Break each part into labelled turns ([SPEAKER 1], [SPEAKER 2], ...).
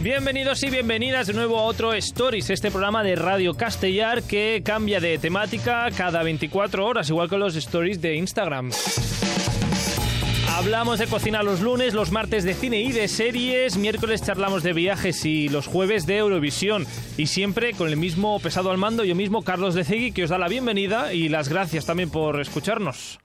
[SPEAKER 1] Bienvenidos y bienvenidas de nuevo a otro Stories, este programa de Radio Castellar que cambia de temática cada 24 horas, igual que los Stories de Instagram. Hablamos de cocina los lunes, los martes de cine y de series, miércoles charlamos de viajes y los jueves de Eurovisión. Y siempre con el mismo pesado al mando, yo mismo, Carlos Lecegui, que os da la bienvenida y las gracias también por escucharnos.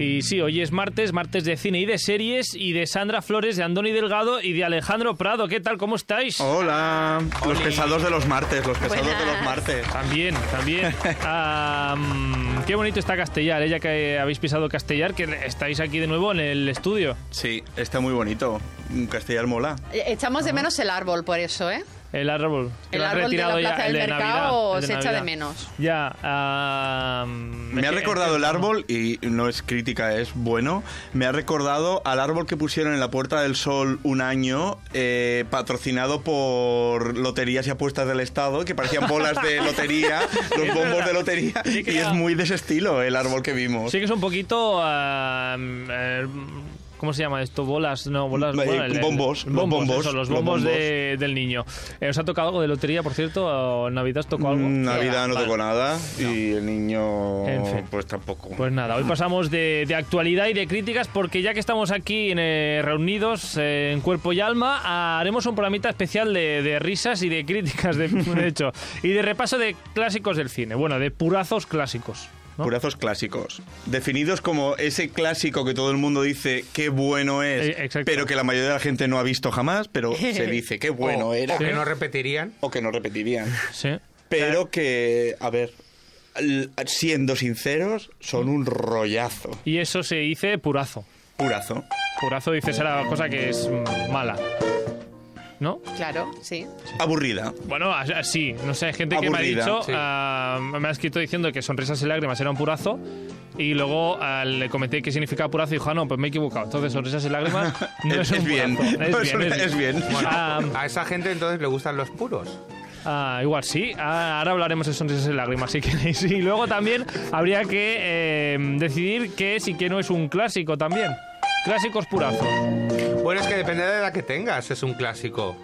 [SPEAKER 1] Y sí, hoy es martes, martes de cine y de series, y de Sandra Flores, de Andoni Delgado y de Alejandro Prado. ¿Qué tal? ¿Cómo estáis?
[SPEAKER 2] Hola, los pesados de los martes, los pesados de los
[SPEAKER 3] Buenas.
[SPEAKER 2] martes.
[SPEAKER 1] También, también. Ah, mm, qué bonito está Castellar, ella ya que habéis pisado Castellar, que estáis aquí de nuevo en el estudio.
[SPEAKER 2] Sí, está muy bonito. Un Castellar mola.
[SPEAKER 3] Eh, Echamos
[SPEAKER 4] Ah.
[SPEAKER 3] de menos el árbol por eso, ¿eh?
[SPEAKER 1] El árbol. que
[SPEAKER 3] El
[SPEAKER 1] lo han
[SPEAKER 3] árbol de la
[SPEAKER 1] retirado ya,
[SPEAKER 3] plaza
[SPEAKER 1] el
[SPEAKER 3] del
[SPEAKER 1] de
[SPEAKER 3] mercado
[SPEAKER 1] Navidad, el
[SPEAKER 3] se echa
[SPEAKER 1] Navidad.
[SPEAKER 3] de menos.
[SPEAKER 1] Ya. ah, mm,
[SPEAKER 2] Me
[SPEAKER 1] es
[SPEAKER 2] ha
[SPEAKER 1] que-
[SPEAKER 2] recordado el árbol, y no es crítica, es bueno. Me ha recordado al árbol que pusieron en la Puerta del Sol un año, eh, patrocinado por loterías y apuestas del Estado, que parecían bolas de lotería, los
[SPEAKER 1] Es
[SPEAKER 2] bombos
[SPEAKER 1] verdad.
[SPEAKER 2] de lotería.
[SPEAKER 1] Sí que
[SPEAKER 2] Y es
[SPEAKER 1] era-
[SPEAKER 2] muy de ese estilo el árbol que vimos.
[SPEAKER 1] Sí que es un poquito... ah, mm, eh, ¿Cómo se llama esto? Bolas, no, bolas.
[SPEAKER 2] Eh,
[SPEAKER 1] bueno, el- el-
[SPEAKER 2] bombos, los bombos,
[SPEAKER 1] eso, los
[SPEAKER 2] los
[SPEAKER 1] bombos,
[SPEAKER 2] bombos.
[SPEAKER 1] de- del niño. Eh, ¿Os ha tocado algo de lotería, por cierto? ¿O en Navidad os tocó algo?
[SPEAKER 2] Mm, Navidad no
[SPEAKER 1] Vale.
[SPEAKER 2] tocó nada y el niño
[SPEAKER 1] En fin.
[SPEAKER 2] pues tampoco.
[SPEAKER 1] Pues nada, hoy pasamos de, de actualidad y de críticas porque ya que estamos aquí en, eh, reunidos eh, en cuerpo y alma, ah, haremos un programita especial de, de risas y de críticas, de, de hecho, y de repaso de clásicos del cine, bueno, de purazos clásicos. ¿no?
[SPEAKER 2] Purazos clásicos. Definidos como ese clásico que todo el mundo dice qué bueno es,
[SPEAKER 1] Eh, exacto.
[SPEAKER 2] pero que la mayoría de la gente no ha visto jamás, pero se dice qué bueno
[SPEAKER 1] Oh,
[SPEAKER 4] o,
[SPEAKER 2] era.
[SPEAKER 4] o que no repetirían.
[SPEAKER 2] O que no repetirían.
[SPEAKER 1] Sí.
[SPEAKER 2] Pero que, a ver, l- siendo sinceros, son un rollazo.
[SPEAKER 1] Y eso se dice purazo.
[SPEAKER 2] Purazo.
[SPEAKER 1] Purazo dice será cosa que es mm, mala. ¿No?
[SPEAKER 3] Claro, sí.
[SPEAKER 2] Aburrida.
[SPEAKER 1] Bueno, as- así, no sé, hay gente que me ha
[SPEAKER 2] Aburrida,
[SPEAKER 1] dicho,
[SPEAKER 4] sí.
[SPEAKER 1] ah, me ha escrito diciendo que sonrisas y lágrimas era un purazo y luego ah, le comenté qué significaba purazo y dijo, ah, no, pues me he equivocado. Entonces, sonrisas y lágrimas no es,
[SPEAKER 2] Es-
[SPEAKER 1] un
[SPEAKER 2] es bien.
[SPEAKER 1] purazo. Es
[SPEAKER 2] No,
[SPEAKER 1] bien,
[SPEAKER 2] es-
[SPEAKER 1] es
[SPEAKER 2] es
[SPEAKER 1] bien.
[SPEAKER 2] bien.
[SPEAKER 4] Bueno,
[SPEAKER 1] Ah,
[SPEAKER 4] a esa gente entonces le gustan los puros.
[SPEAKER 1] ah, igual sí, Ah, ahora hablaremos de sonrisas y lágrimas si queréis. Y luego también habría que eh, decidir qué es y qué no es un clásico también. Clásicos purazos.
[SPEAKER 4] Bueno, es que depende de la que tengas, es un clásico.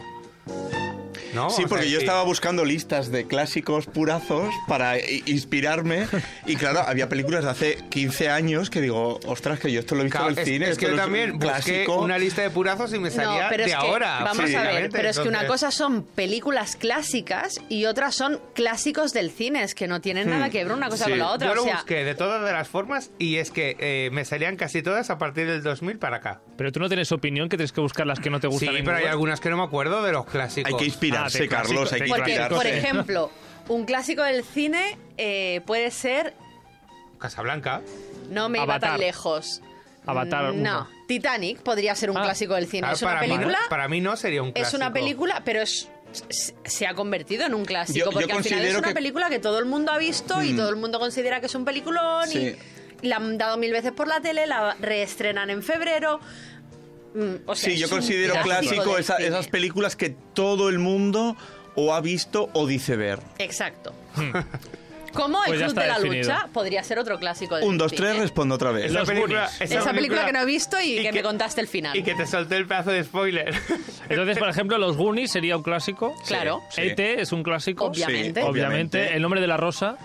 [SPEAKER 4] ¿No?
[SPEAKER 2] Sí,
[SPEAKER 4] Oh, O
[SPEAKER 2] porque
[SPEAKER 4] sea,
[SPEAKER 2] yo
[SPEAKER 4] sí.
[SPEAKER 2] estaba buscando listas de clásicos purazos para i- inspirarme. Y claro, había películas de hace 15 años que digo, ostras, que yo esto lo he visto
[SPEAKER 4] Claro,
[SPEAKER 2] en el
[SPEAKER 4] es,
[SPEAKER 2] cine.
[SPEAKER 4] es
[SPEAKER 2] esto
[SPEAKER 4] que
[SPEAKER 2] no
[SPEAKER 4] yo
[SPEAKER 2] es un
[SPEAKER 4] también busqué
[SPEAKER 2] clásico.
[SPEAKER 4] una lista de purazos y me salía
[SPEAKER 3] No, pero
[SPEAKER 4] de
[SPEAKER 3] es que,
[SPEAKER 4] ahora.
[SPEAKER 3] vamos a ver,
[SPEAKER 4] prácticamente.
[SPEAKER 3] pero es que una
[SPEAKER 4] Entonces,
[SPEAKER 3] cosa son películas clásicas y otras son clásicos del cine, es que no tienen nada que ver una cosa
[SPEAKER 2] Sí.
[SPEAKER 3] con la otra.
[SPEAKER 4] Hmm. Yo lo
[SPEAKER 3] o sea,
[SPEAKER 4] busqué de todas de las formas y es que eh, me salían casi todas a partir del 2000 para acá.
[SPEAKER 1] Pero tú no tienes opinión que tienes que buscar las que no te
[SPEAKER 4] Sí,
[SPEAKER 1] gustan. en
[SPEAKER 4] pero hay
[SPEAKER 1] Google.
[SPEAKER 4] algunas que no me acuerdo de los clásicos.
[SPEAKER 2] Hay que inspirarse,
[SPEAKER 1] Ah, de clásicos,
[SPEAKER 2] Carlos, hay
[SPEAKER 1] de
[SPEAKER 2] que
[SPEAKER 3] porque,
[SPEAKER 2] inspirarse.
[SPEAKER 3] por ejemplo, un clásico del cine eh, puede ser
[SPEAKER 4] Casablanca.
[SPEAKER 3] No me iba
[SPEAKER 1] Avatar.
[SPEAKER 3] tan lejos. Mm,
[SPEAKER 1] Avatar uno.
[SPEAKER 3] No, Titanic podría ser un
[SPEAKER 1] Ah.
[SPEAKER 3] clásico del cine.
[SPEAKER 4] Claro,
[SPEAKER 3] es una
[SPEAKER 4] para,
[SPEAKER 3] película.
[SPEAKER 4] mí, para mí no sería un clásico.
[SPEAKER 3] Es una película, pero es se- se ha convertido en un clásico
[SPEAKER 2] Yo- yo
[SPEAKER 3] porque al final es
[SPEAKER 2] considero
[SPEAKER 3] una
[SPEAKER 2] que- Mm.
[SPEAKER 3] película que todo el mundo ha visto y todo el mundo considera que es un peliculón
[SPEAKER 2] Sí.
[SPEAKER 3] y la han dado mil veces por la tele, la reestrenan en febrero. Mm, o sea,
[SPEAKER 2] Sí, yo
[SPEAKER 3] es un
[SPEAKER 2] considero clásico
[SPEAKER 3] del
[SPEAKER 2] esa-
[SPEAKER 3] cine.
[SPEAKER 2] esas películas que todo el mundo o ha visto o dice ver.
[SPEAKER 3] Exacto. Como el
[SPEAKER 1] Hmm. Pues ya
[SPEAKER 3] Club
[SPEAKER 1] está
[SPEAKER 3] de la
[SPEAKER 1] definido.
[SPEAKER 3] Lucha podría ser otro clásico del
[SPEAKER 2] Un, dos,
[SPEAKER 3] cine.
[SPEAKER 2] tres, respondo otra vez.
[SPEAKER 1] Los
[SPEAKER 4] Esa película,
[SPEAKER 1] Goonies.
[SPEAKER 3] Esa película que no he visto y, que, me contaste el final.
[SPEAKER 4] Y que te solté el pedazo de spoiler.
[SPEAKER 1] Entonces, por ejemplo, los Goonies sería un clásico.
[SPEAKER 3] Claro.
[SPEAKER 2] Sí.
[SPEAKER 1] E.T. es un clásico.
[SPEAKER 3] Obvia- obviamente.
[SPEAKER 1] Obviamente. El nombre de la rosa.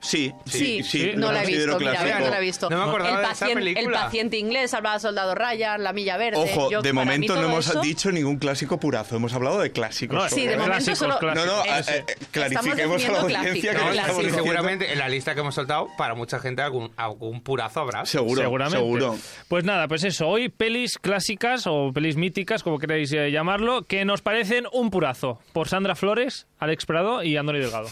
[SPEAKER 2] Sí, sí, sí.
[SPEAKER 3] Sí, no
[SPEAKER 2] lo
[SPEAKER 3] la he
[SPEAKER 2] considero
[SPEAKER 3] visto, mira,
[SPEAKER 2] clásico.
[SPEAKER 3] no la he visto.
[SPEAKER 4] No me
[SPEAKER 3] el,
[SPEAKER 4] acordaba de esa
[SPEAKER 3] pacien- el
[SPEAKER 4] película.
[SPEAKER 3] paciente inglés, hablaba Soldado Ryan, La Milla Verde.
[SPEAKER 2] Ojo,
[SPEAKER 3] Yo,
[SPEAKER 2] de
[SPEAKER 3] para mí
[SPEAKER 2] momento no
[SPEAKER 3] todo
[SPEAKER 2] hemos
[SPEAKER 3] eso-
[SPEAKER 2] dicho ningún clásico purazo. Hemos hablado de clásicos.
[SPEAKER 1] No,
[SPEAKER 3] Sí, de
[SPEAKER 2] solo.
[SPEAKER 3] momento
[SPEAKER 1] Clásicos,
[SPEAKER 3] solo.
[SPEAKER 1] clásicos.
[SPEAKER 2] No, no, a-
[SPEAKER 3] Es-
[SPEAKER 2] eh, clarifiquemos a la
[SPEAKER 3] estamos definiendo
[SPEAKER 2] audiencia que no
[SPEAKER 3] clásico,
[SPEAKER 4] No, y
[SPEAKER 2] estamos
[SPEAKER 3] clásico.
[SPEAKER 2] diciendo-
[SPEAKER 4] seguramente en la lista que hemos soltado, para mucha gente algún, algún purazo habrá.
[SPEAKER 2] Seguro,
[SPEAKER 1] Seguramente.
[SPEAKER 2] seguro.
[SPEAKER 1] Pues nada, pues eso. Hoy pelis clásicas o pelis míticas, como queréis eh, llamarlo, que nos parecen un purazo. Por Sandra Flores, Alex Prado y Andoni Delgado.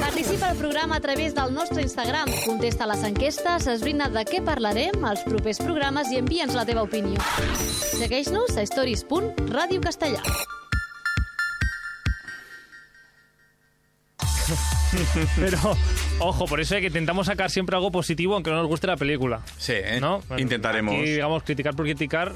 [SPEAKER 5] Participa al programa a través del nostre Instagram. Contesta les enquestes, esbrina de què parlarem als propers programes i envia'ns la teva opinió. Segueix-nos a stories.radiocastellà.
[SPEAKER 1] Pero, ojo, por eso es que intentamos sacar siempre algo positivo, aunque no nos guste la película.
[SPEAKER 2] Sí, ¿eh?
[SPEAKER 1] ¿No? Bueno,
[SPEAKER 2] intentaremos.
[SPEAKER 1] aquí, digamos, criticar por criticar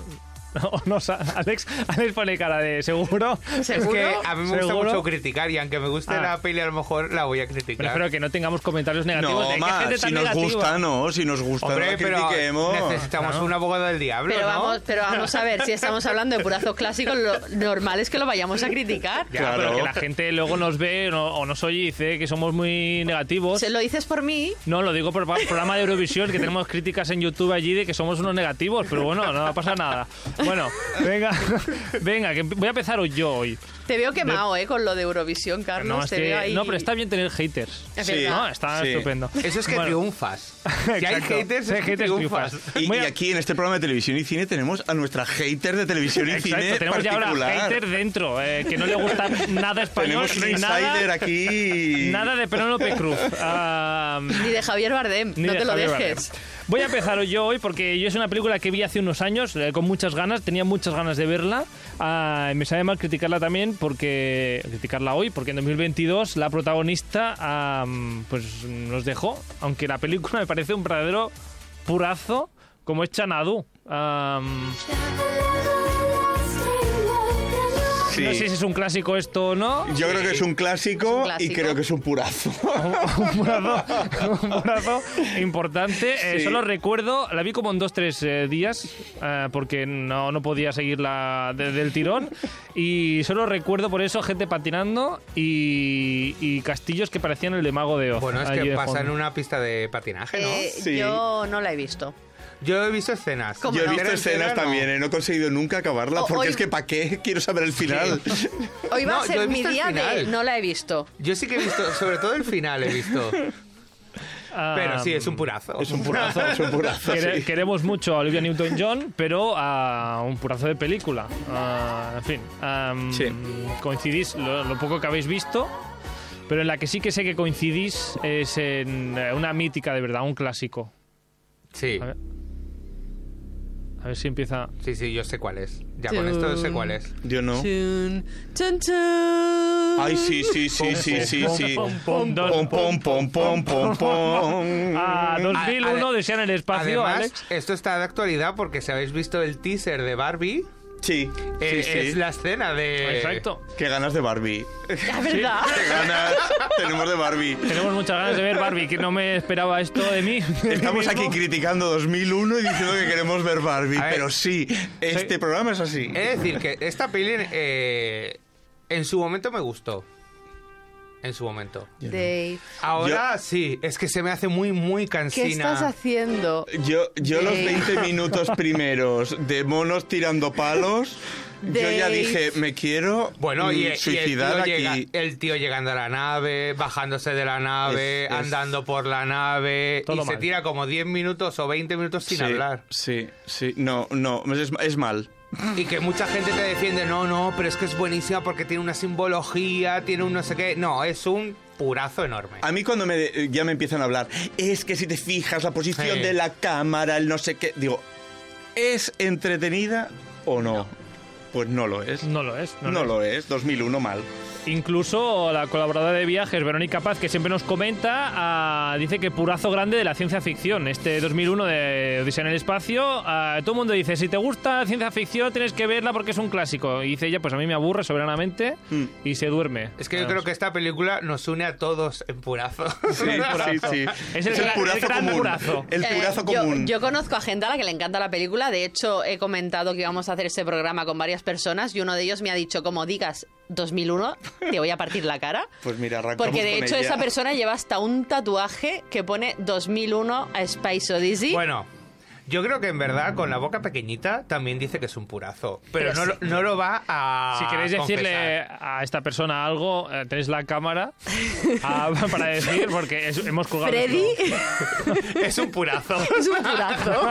[SPEAKER 1] O no, sa- Alex, Alex pone cara de seguro.
[SPEAKER 4] Es
[SPEAKER 3] ¿Seguro?
[SPEAKER 4] que a mí me gusta
[SPEAKER 1] ¿Seguro?
[SPEAKER 4] mucho criticar y aunque me guste
[SPEAKER 1] Ah.
[SPEAKER 4] la peli a lo mejor la voy a
[SPEAKER 1] Pero
[SPEAKER 4] criticar.
[SPEAKER 1] espero que no tengamos comentarios negativos. de
[SPEAKER 2] No,
[SPEAKER 1] qué
[SPEAKER 2] más,
[SPEAKER 1] gente tan
[SPEAKER 2] si nos
[SPEAKER 1] negativa.
[SPEAKER 2] gusta, no, si nos gusta, no
[SPEAKER 4] Hombre,
[SPEAKER 2] la
[SPEAKER 4] pero
[SPEAKER 2] critiquemos.
[SPEAKER 4] necesitamos un abogado del diablo,
[SPEAKER 3] Pero
[SPEAKER 4] ¿no?
[SPEAKER 3] vamos, pero vamos a ver, si estamos hablando de purazos clásicos, lo normal es que lo vayamos a criticar.
[SPEAKER 1] Ya,
[SPEAKER 2] Claro.
[SPEAKER 1] pero que la gente luego nos ve no- o nos oye y dice que somos muy negativos.
[SPEAKER 3] Se lo dices por mí,
[SPEAKER 1] No, lo digo por el programa de Eurovisión, que tenemos críticas en YouTube allí de que somos unos negativos, pero bueno, no pasa nada. Bueno, venga, venga, que voy a empezar yo hoy.
[SPEAKER 3] te veo quemado, ¿eh? Con lo de Eurovisión, Carlos.
[SPEAKER 1] No, es
[SPEAKER 3] te
[SPEAKER 1] que-
[SPEAKER 3] veo ahí.
[SPEAKER 1] no, pero está bien tener haters.
[SPEAKER 3] Es
[SPEAKER 2] Sí.
[SPEAKER 3] verdad.
[SPEAKER 1] No, está
[SPEAKER 2] Sí.
[SPEAKER 1] estupendo.
[SPEAKER 4] Eso es que
[SPEAKER 1] Bueno,
[SPEAKER 4] triunfas. Si hay
[SPEAKER 1] exacto.
[SPEAKER 4] haters,
[SPEAKER 1] Si hay
[SPEAKER 4] es que
[SPEAKER 1] haters,
[SPEAKER 4] triunfas.
[SPEAKER 1] triunfas.
[SPEAKER 2] Y,
[SPEAKER 1] Voy
[SPEAKER 2] y
[SPEAKER 1] a-
[SPEAKER 2] aquí en este programa de televisión y cine tenemos a nuestra hater de televisión y
[SPEAKER 1] Exacto,
[SPEAKER 2] cine
[SPEAKER 1] tenemos ya
[SPEAKER 2] particular.
[SPEAKER 1] ahora haters dentro, eh, que no le gusta nada español,
[SPEAKER 2] tenemos un
[SPEAKER 1] ni
[SPEAKER 2] insider
[SPEAKER 1] nada,
[SPEAKER 2] aquí.
[SPEAKER 1] nada de Penélope Cruz. Ah,
[SPEAKER 3] Ni de Javier Bardem,
[SPEAKER 1] ni
[SPEAKER 3] no
[SPEAKER 1] de
[SPEAKER 3] te lo
[SPEAKER 1] Javier
[SPEAKER 3] dejes.
[SPEAKER 1] Bardem. Voy a empezar yo hoy porque yo es una película que vi hace unos años eh, con muchas ganas, tenía muchas ganas de verla. Ah, y me sabe mal criticarla también porque criticarla hoy porque en 2022 la protagonista ah, pues nos dejó, aunque la película me parece un verdadero purazo como es Chanadu.
[SPEAKER 2] Sí.
[SPEAKER 1] No sé si es un clásico esto o no.
[SPEAKER 2] Yo creo que es un, clásico
[SPEAKER 3] Es un clásico.
[SPEAKER 2] y creo que es un purazo.
[SPEAKER 1] un brazo, un brazo importante. Eh,
[SPEAKER 2] Sí.
[SPEAKER 1] solo recuerdo, la vi como en dos, tres eh, días, eh, porque no, no podía seguirla de- del tirón. Y solo recuerdo por eso gente patinando y, y castillos que parecían el de Mago de Oz.
[SPEAKER 4] Bueno, es
[SPEAKER 1] allí
[SPEAKER 4] que
[SPEAKER 1] de
[SPEAKER 4] pasa en
[SPEAKER 1] fondo.
[SPEAKER 4] una pista de patinaje, ¿no?
[SPEAKER 3] Eh,
[SPEAKER 2] Sí.
[SPEAKER 3] Yo no la he visto.
[SPEAKER 4] Yo he visto escenas.
[SPEAKER 3] ¿Cómo
[SPEAKER 2] Yo he
[SPEAKER 3] no?
[SPEAKER 2] visto
[SPEAKER 4] Entera,
[SPEAKER 2] escenas
[SPEAKER 4] entera, no.
[SPEAKER 2] también, eh, no he conseguido nunca acabarla,
[SPEAKER 3] O-
[SPEAKER 2] porque
[SPEAKER 3] hoy-
[SPEAKER 2] es que ¿para qué? Quiero saber el final.
[SPEAKER 3] Hoy va
[SPEAKER 4] No,
[SPEAKER 3] a
[SPEAKER 4] yo he
[SPEAKER 3] ser mi
[SPEAKER 4] visto el
[SPEAKER 3] día de.
[SPEAKER 4] final.
[SPEAKER 3] No la he visto.
[SPEAKER 4] Yo sí que he visto, sobre todo el final he visto.
[SPEAKER 1] Ah,
[SPEAKER 4] Pero sí, es un purazo.
[SPEAKER 2] es un purazo, es un purazo.
[SPEAKER 1] quere-
[SPEAKER 2] sí.
[SPEAKER 1] Queremos mucho a Olivia Newton-John, pero a un purazo de película. Ah, en fin, am,
[SPEAKER 2] Sí.
[SPEAKER 1] coincidís lo, lo poco que habéis visto, pero en la que sí que sé que coincidís es en eh, una mítica de verdad, un clásico.
[SPEAKER 4] Sí,
[SPEAKER 1] A ver. A ver si empieza.
[SPEAKER 4] sí, sí, yo sé cuál es. Ya con esto yo sé cuál es.
[SPEAKER 2] Yo no.
[SPEAKER 3] Chun, chun, chun.
[SPEAKER 2] Ay, sí, sí, sí, sí, sí, sí.
[SPEAKER 1] Pom, pom, dos-
[SPEAKER 2] Pom, pom, pom, pom, pom, pom.
[SPEAKER 1] Ah, 2001
[SPEAKER 4] Ade-
[SPEAKER 1] desean el espacio,
[SPEAKER 4] Además,
[SPEAKER 1] Alex.
[SPEAKER 4] esto está de actualidad porque si habéis visto el teaser de Barbie,
[SPEAKER 2] Sí, sí,
[SPEAKER 4] eh,
[SPEAKER 2] sí.
[SPEAKER 4] es la escena
[SPEAKER 2] eh,
[SPEAKER 4] de...
[SPEAKER 1] Exacto.
[SPEAKER 2] Qué ganas de Barbie.
[SPEAKER 3] La verdad.
[SPEAKER 2] Qué ganas tenemos de Barbie.
[SPEAKER 1] Tenemos muchas ganas de ver Barbie, que no me esperaba esto de mí. de mí
[SPEAKER 2] Estamos aquí
[SPEAKER 1] mismo.
[SPEAKER 2] criticando 2001 y diciendo que queremos ver Barbie,
[SPEAKER 4] A ver. Eh.
[SPEAKER 2] pero sí, este programa es así.
[SPEAKER 4] Es decir, que esta peli eh, en su momento me gustó. En su momento.
[SPEAKER 3] Dave,
[SPEAKER 4] Ahora sí, es que se me hace muy, muy
[SPEAKER 3] ¿qué
[SPEAKER 4] cansina.
[SPEAKER 3] estás haciendo?
[SPEAKER 2] Yo, yo los
[SPEAKER 4] Eh.
[SPEAKER 3] Dave.
[SPEAKER 2] 20 minutos primeros de monos tirando palos, yo ya
[SPEAKER 3] Dave.
[SPEAKER 2] dije, me quiero
[SPEAKER 4] Bueno,
[SPEAKER 2] mm,
[SPEAKER 4] y, y el
[SPEAKER 2] suicidar
[SPEAKER 4] tío
[SPEAKER 2] aquí.
[SPEAKER 4] llega- el tío llegando a la nave, bajándose de la nave,
[SPEAKER 2] Es- es-
[SPEAKER 4] andando por la nave,
[SPEAKER 1] Todo
[SPEAKER 4] y se
[SPEAKER 1] mal.
[SPEAKER 4] tira como 10 minutos o 20 minutos sin
[SPEAKER 2] sí,
[SPEAKER 4] hablar.
[SPEAKER 2] Sí, sí, no, no, es, es mal.
[SPEAKER 4] Y que mucha gente te defiende, no, no, pero es que es buenísima porque tiene una simbología, tiene un no sé qué. No, es un purazo enorme.
[SPEAKER 1] Ah,
[SPEAKER 2] A mí cuando me de- ya me empiezan a hablar, es que si te fijas la posición
[SPEAKER 4] Sí.
[SPEAKER 2] de la cámara, el no sé qué, digo, ¿es entretenida o no? Pues no lo es.
[SPEAKER 1] No lo es.
[SPEAKER 2] No,
[SPEAKER 1] es.
[SPEAKER 2] lo es, 2001 mal.
[SPEAKER 1] Incluso la colaboradora de viajes, Verónica Paz, que siempre nos comenta, ah, dice que purazo grande de la ciencia ficción. Este 2001 de Odisea en el espacio, ah, todo el mundo dice, si te gusta la ciencia ficción tienes que verla porque es un clásico. Y dice ella, pues a mí me aburre soberanamente
[SPEAKER 2] Mm.
[SPEAKER 1] y se duerme.
[SPEAKER 4] Es que yo
[SPEAKER 1] Vamos.
[SPEAKER 4] creo que esta película nos une a todos en purazo.
[SPEAKER 2] Sí,
[SPEAKER 1] purazo.
[SPEAKER 2] sí, sí.
[SPEAKER 1] Es el gran- el gran purazo.
[SPEAKER 2] El
[SPEAKER 3] Eh,
[SPEAKER 2] purazo
[SPEAKER 3] yo-
[SPEAKER 2] común.
[SPEAKER 3] Yo, conozco a gente a la que le encanta la película. De hecho, he comentado que íbamos a hacer este programa con varias personas y uno de ellos me ha dicho, como digas 2001, te voy a partir la cara.
[SPEAKER 2] Pues mira, arrancamos
[SPEAKER 3] Porque de
[SPEAKER 2] con
[SPEAKER 3] hecho
[SPEAKER 2] ella.
[SPEAKER 3] esa persona lleva hasta un tatuaje que pone 2001 a Space Odyssey.
[SPEAKER 4] Bueno, yo creo que en verdad con la boca pequeñita también dice que es un purazo, pero,
[SPEAKER 3] Pero
[SPEAKER 4] no, lo- no lo va a.
[SPEAKER 1] Si queréis decirle
[SPEAKER 4] confesar.
[SPEAKER 1] a esta persona algo, eh, tenéis la cámara ah, para decir, porque es- hemos colgado.
[SPEAKER 3] Freddy
[SPEAKER 1] esto.
[SPEAKER 4] Es un purazo.
[SPEAKER 3] es un curazo.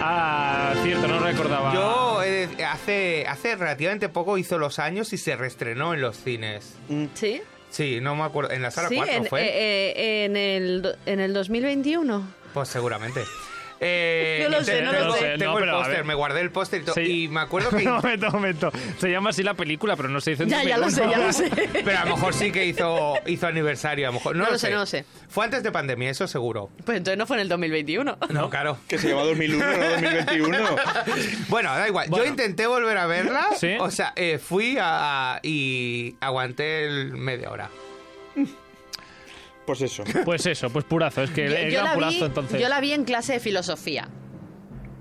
[SPEAKER 1] Ah, cierto, no recordaba.
[SPEAKER 4] Yo he de- hace, hace relativamente poco hizo los años y se reestrenó en los cines.
[SPEAKER 3] sí,
[SPEAKER 4] Sí, no me acuerdo. En la sala
[SPEAKER 3] sí
[SPEAKER 4] 4
[SPEAKER 3] en,
[SPEAKER 4] fue.
[SPEAKER 3] eh, eh, en el, do- en el 2021.
[SPEAKER 4] Pues seguramente. Eh,
[SPEAKER 3] No lo sé, no lo
[SPEAKER 4] tengo-
[SPEAKER 3] sé.
[SPEAKER 4] Tengo
[SPEAKER 1] No,
[SPEAKER 4] el
[SPEAKER 1] pero a
[SPEAKER 4] póster,
[SPEAKER 1] ver.
[SPEAKER 4] me guardé el póster y todo.
[SPEAKER 1] Sí.
[SPEAKER 4] Y me acuerdo
[SPEAKER 1] Un
[SPEAKER 4] que.
[SPEAKER 1] momento, un momento. Se llama así la película, pero no se dice en
[SPEAKER 3] Ya, ya lo sé,
[SPEAKER 1] 2001.
[SPEAKER 3] ya lo sé. Pues
[SPEAKER 4] Pero a lo mejor sí que hizo, hizo aniversario, a lo mejor. No,
[SPEAKER 3] No lo sé, no lo sé.
[SPEAKER 4] Fue antes de pandemia, eso seguro.
[SPEAKER 3] Pues entonces no fue en el 2021.
[SPEAKER 4] No, claro.
[SPEAKER 2] Que se llama 2001, no 2021.
[SPEAKER 4] Bueno, da igual.
[SPEAKER 1] Bueno.
[SPEAKER 4] Yo intenté volver a verla.
[SPEAKER 1] Sí.
[SPEAKER 4] O sea, eh, fui a, a- y aguanté el media hora.
[SPEAKER 2] Pues eso.
[SPEAKER 1] Pues eso, pues purazo. Es que
[SPEAKER 3] Yo-
[SPEAKER 1] el
[SPEAKER 3] yo,
[SPEAKER 1] gran
[SPEAKER 3] la
[SPEAKER 1] purazo,
[SPEAKER 3] vi,
[SPEAKER 1] entonces.
[SPEAKER 3] yo la vi en clase de filosofía.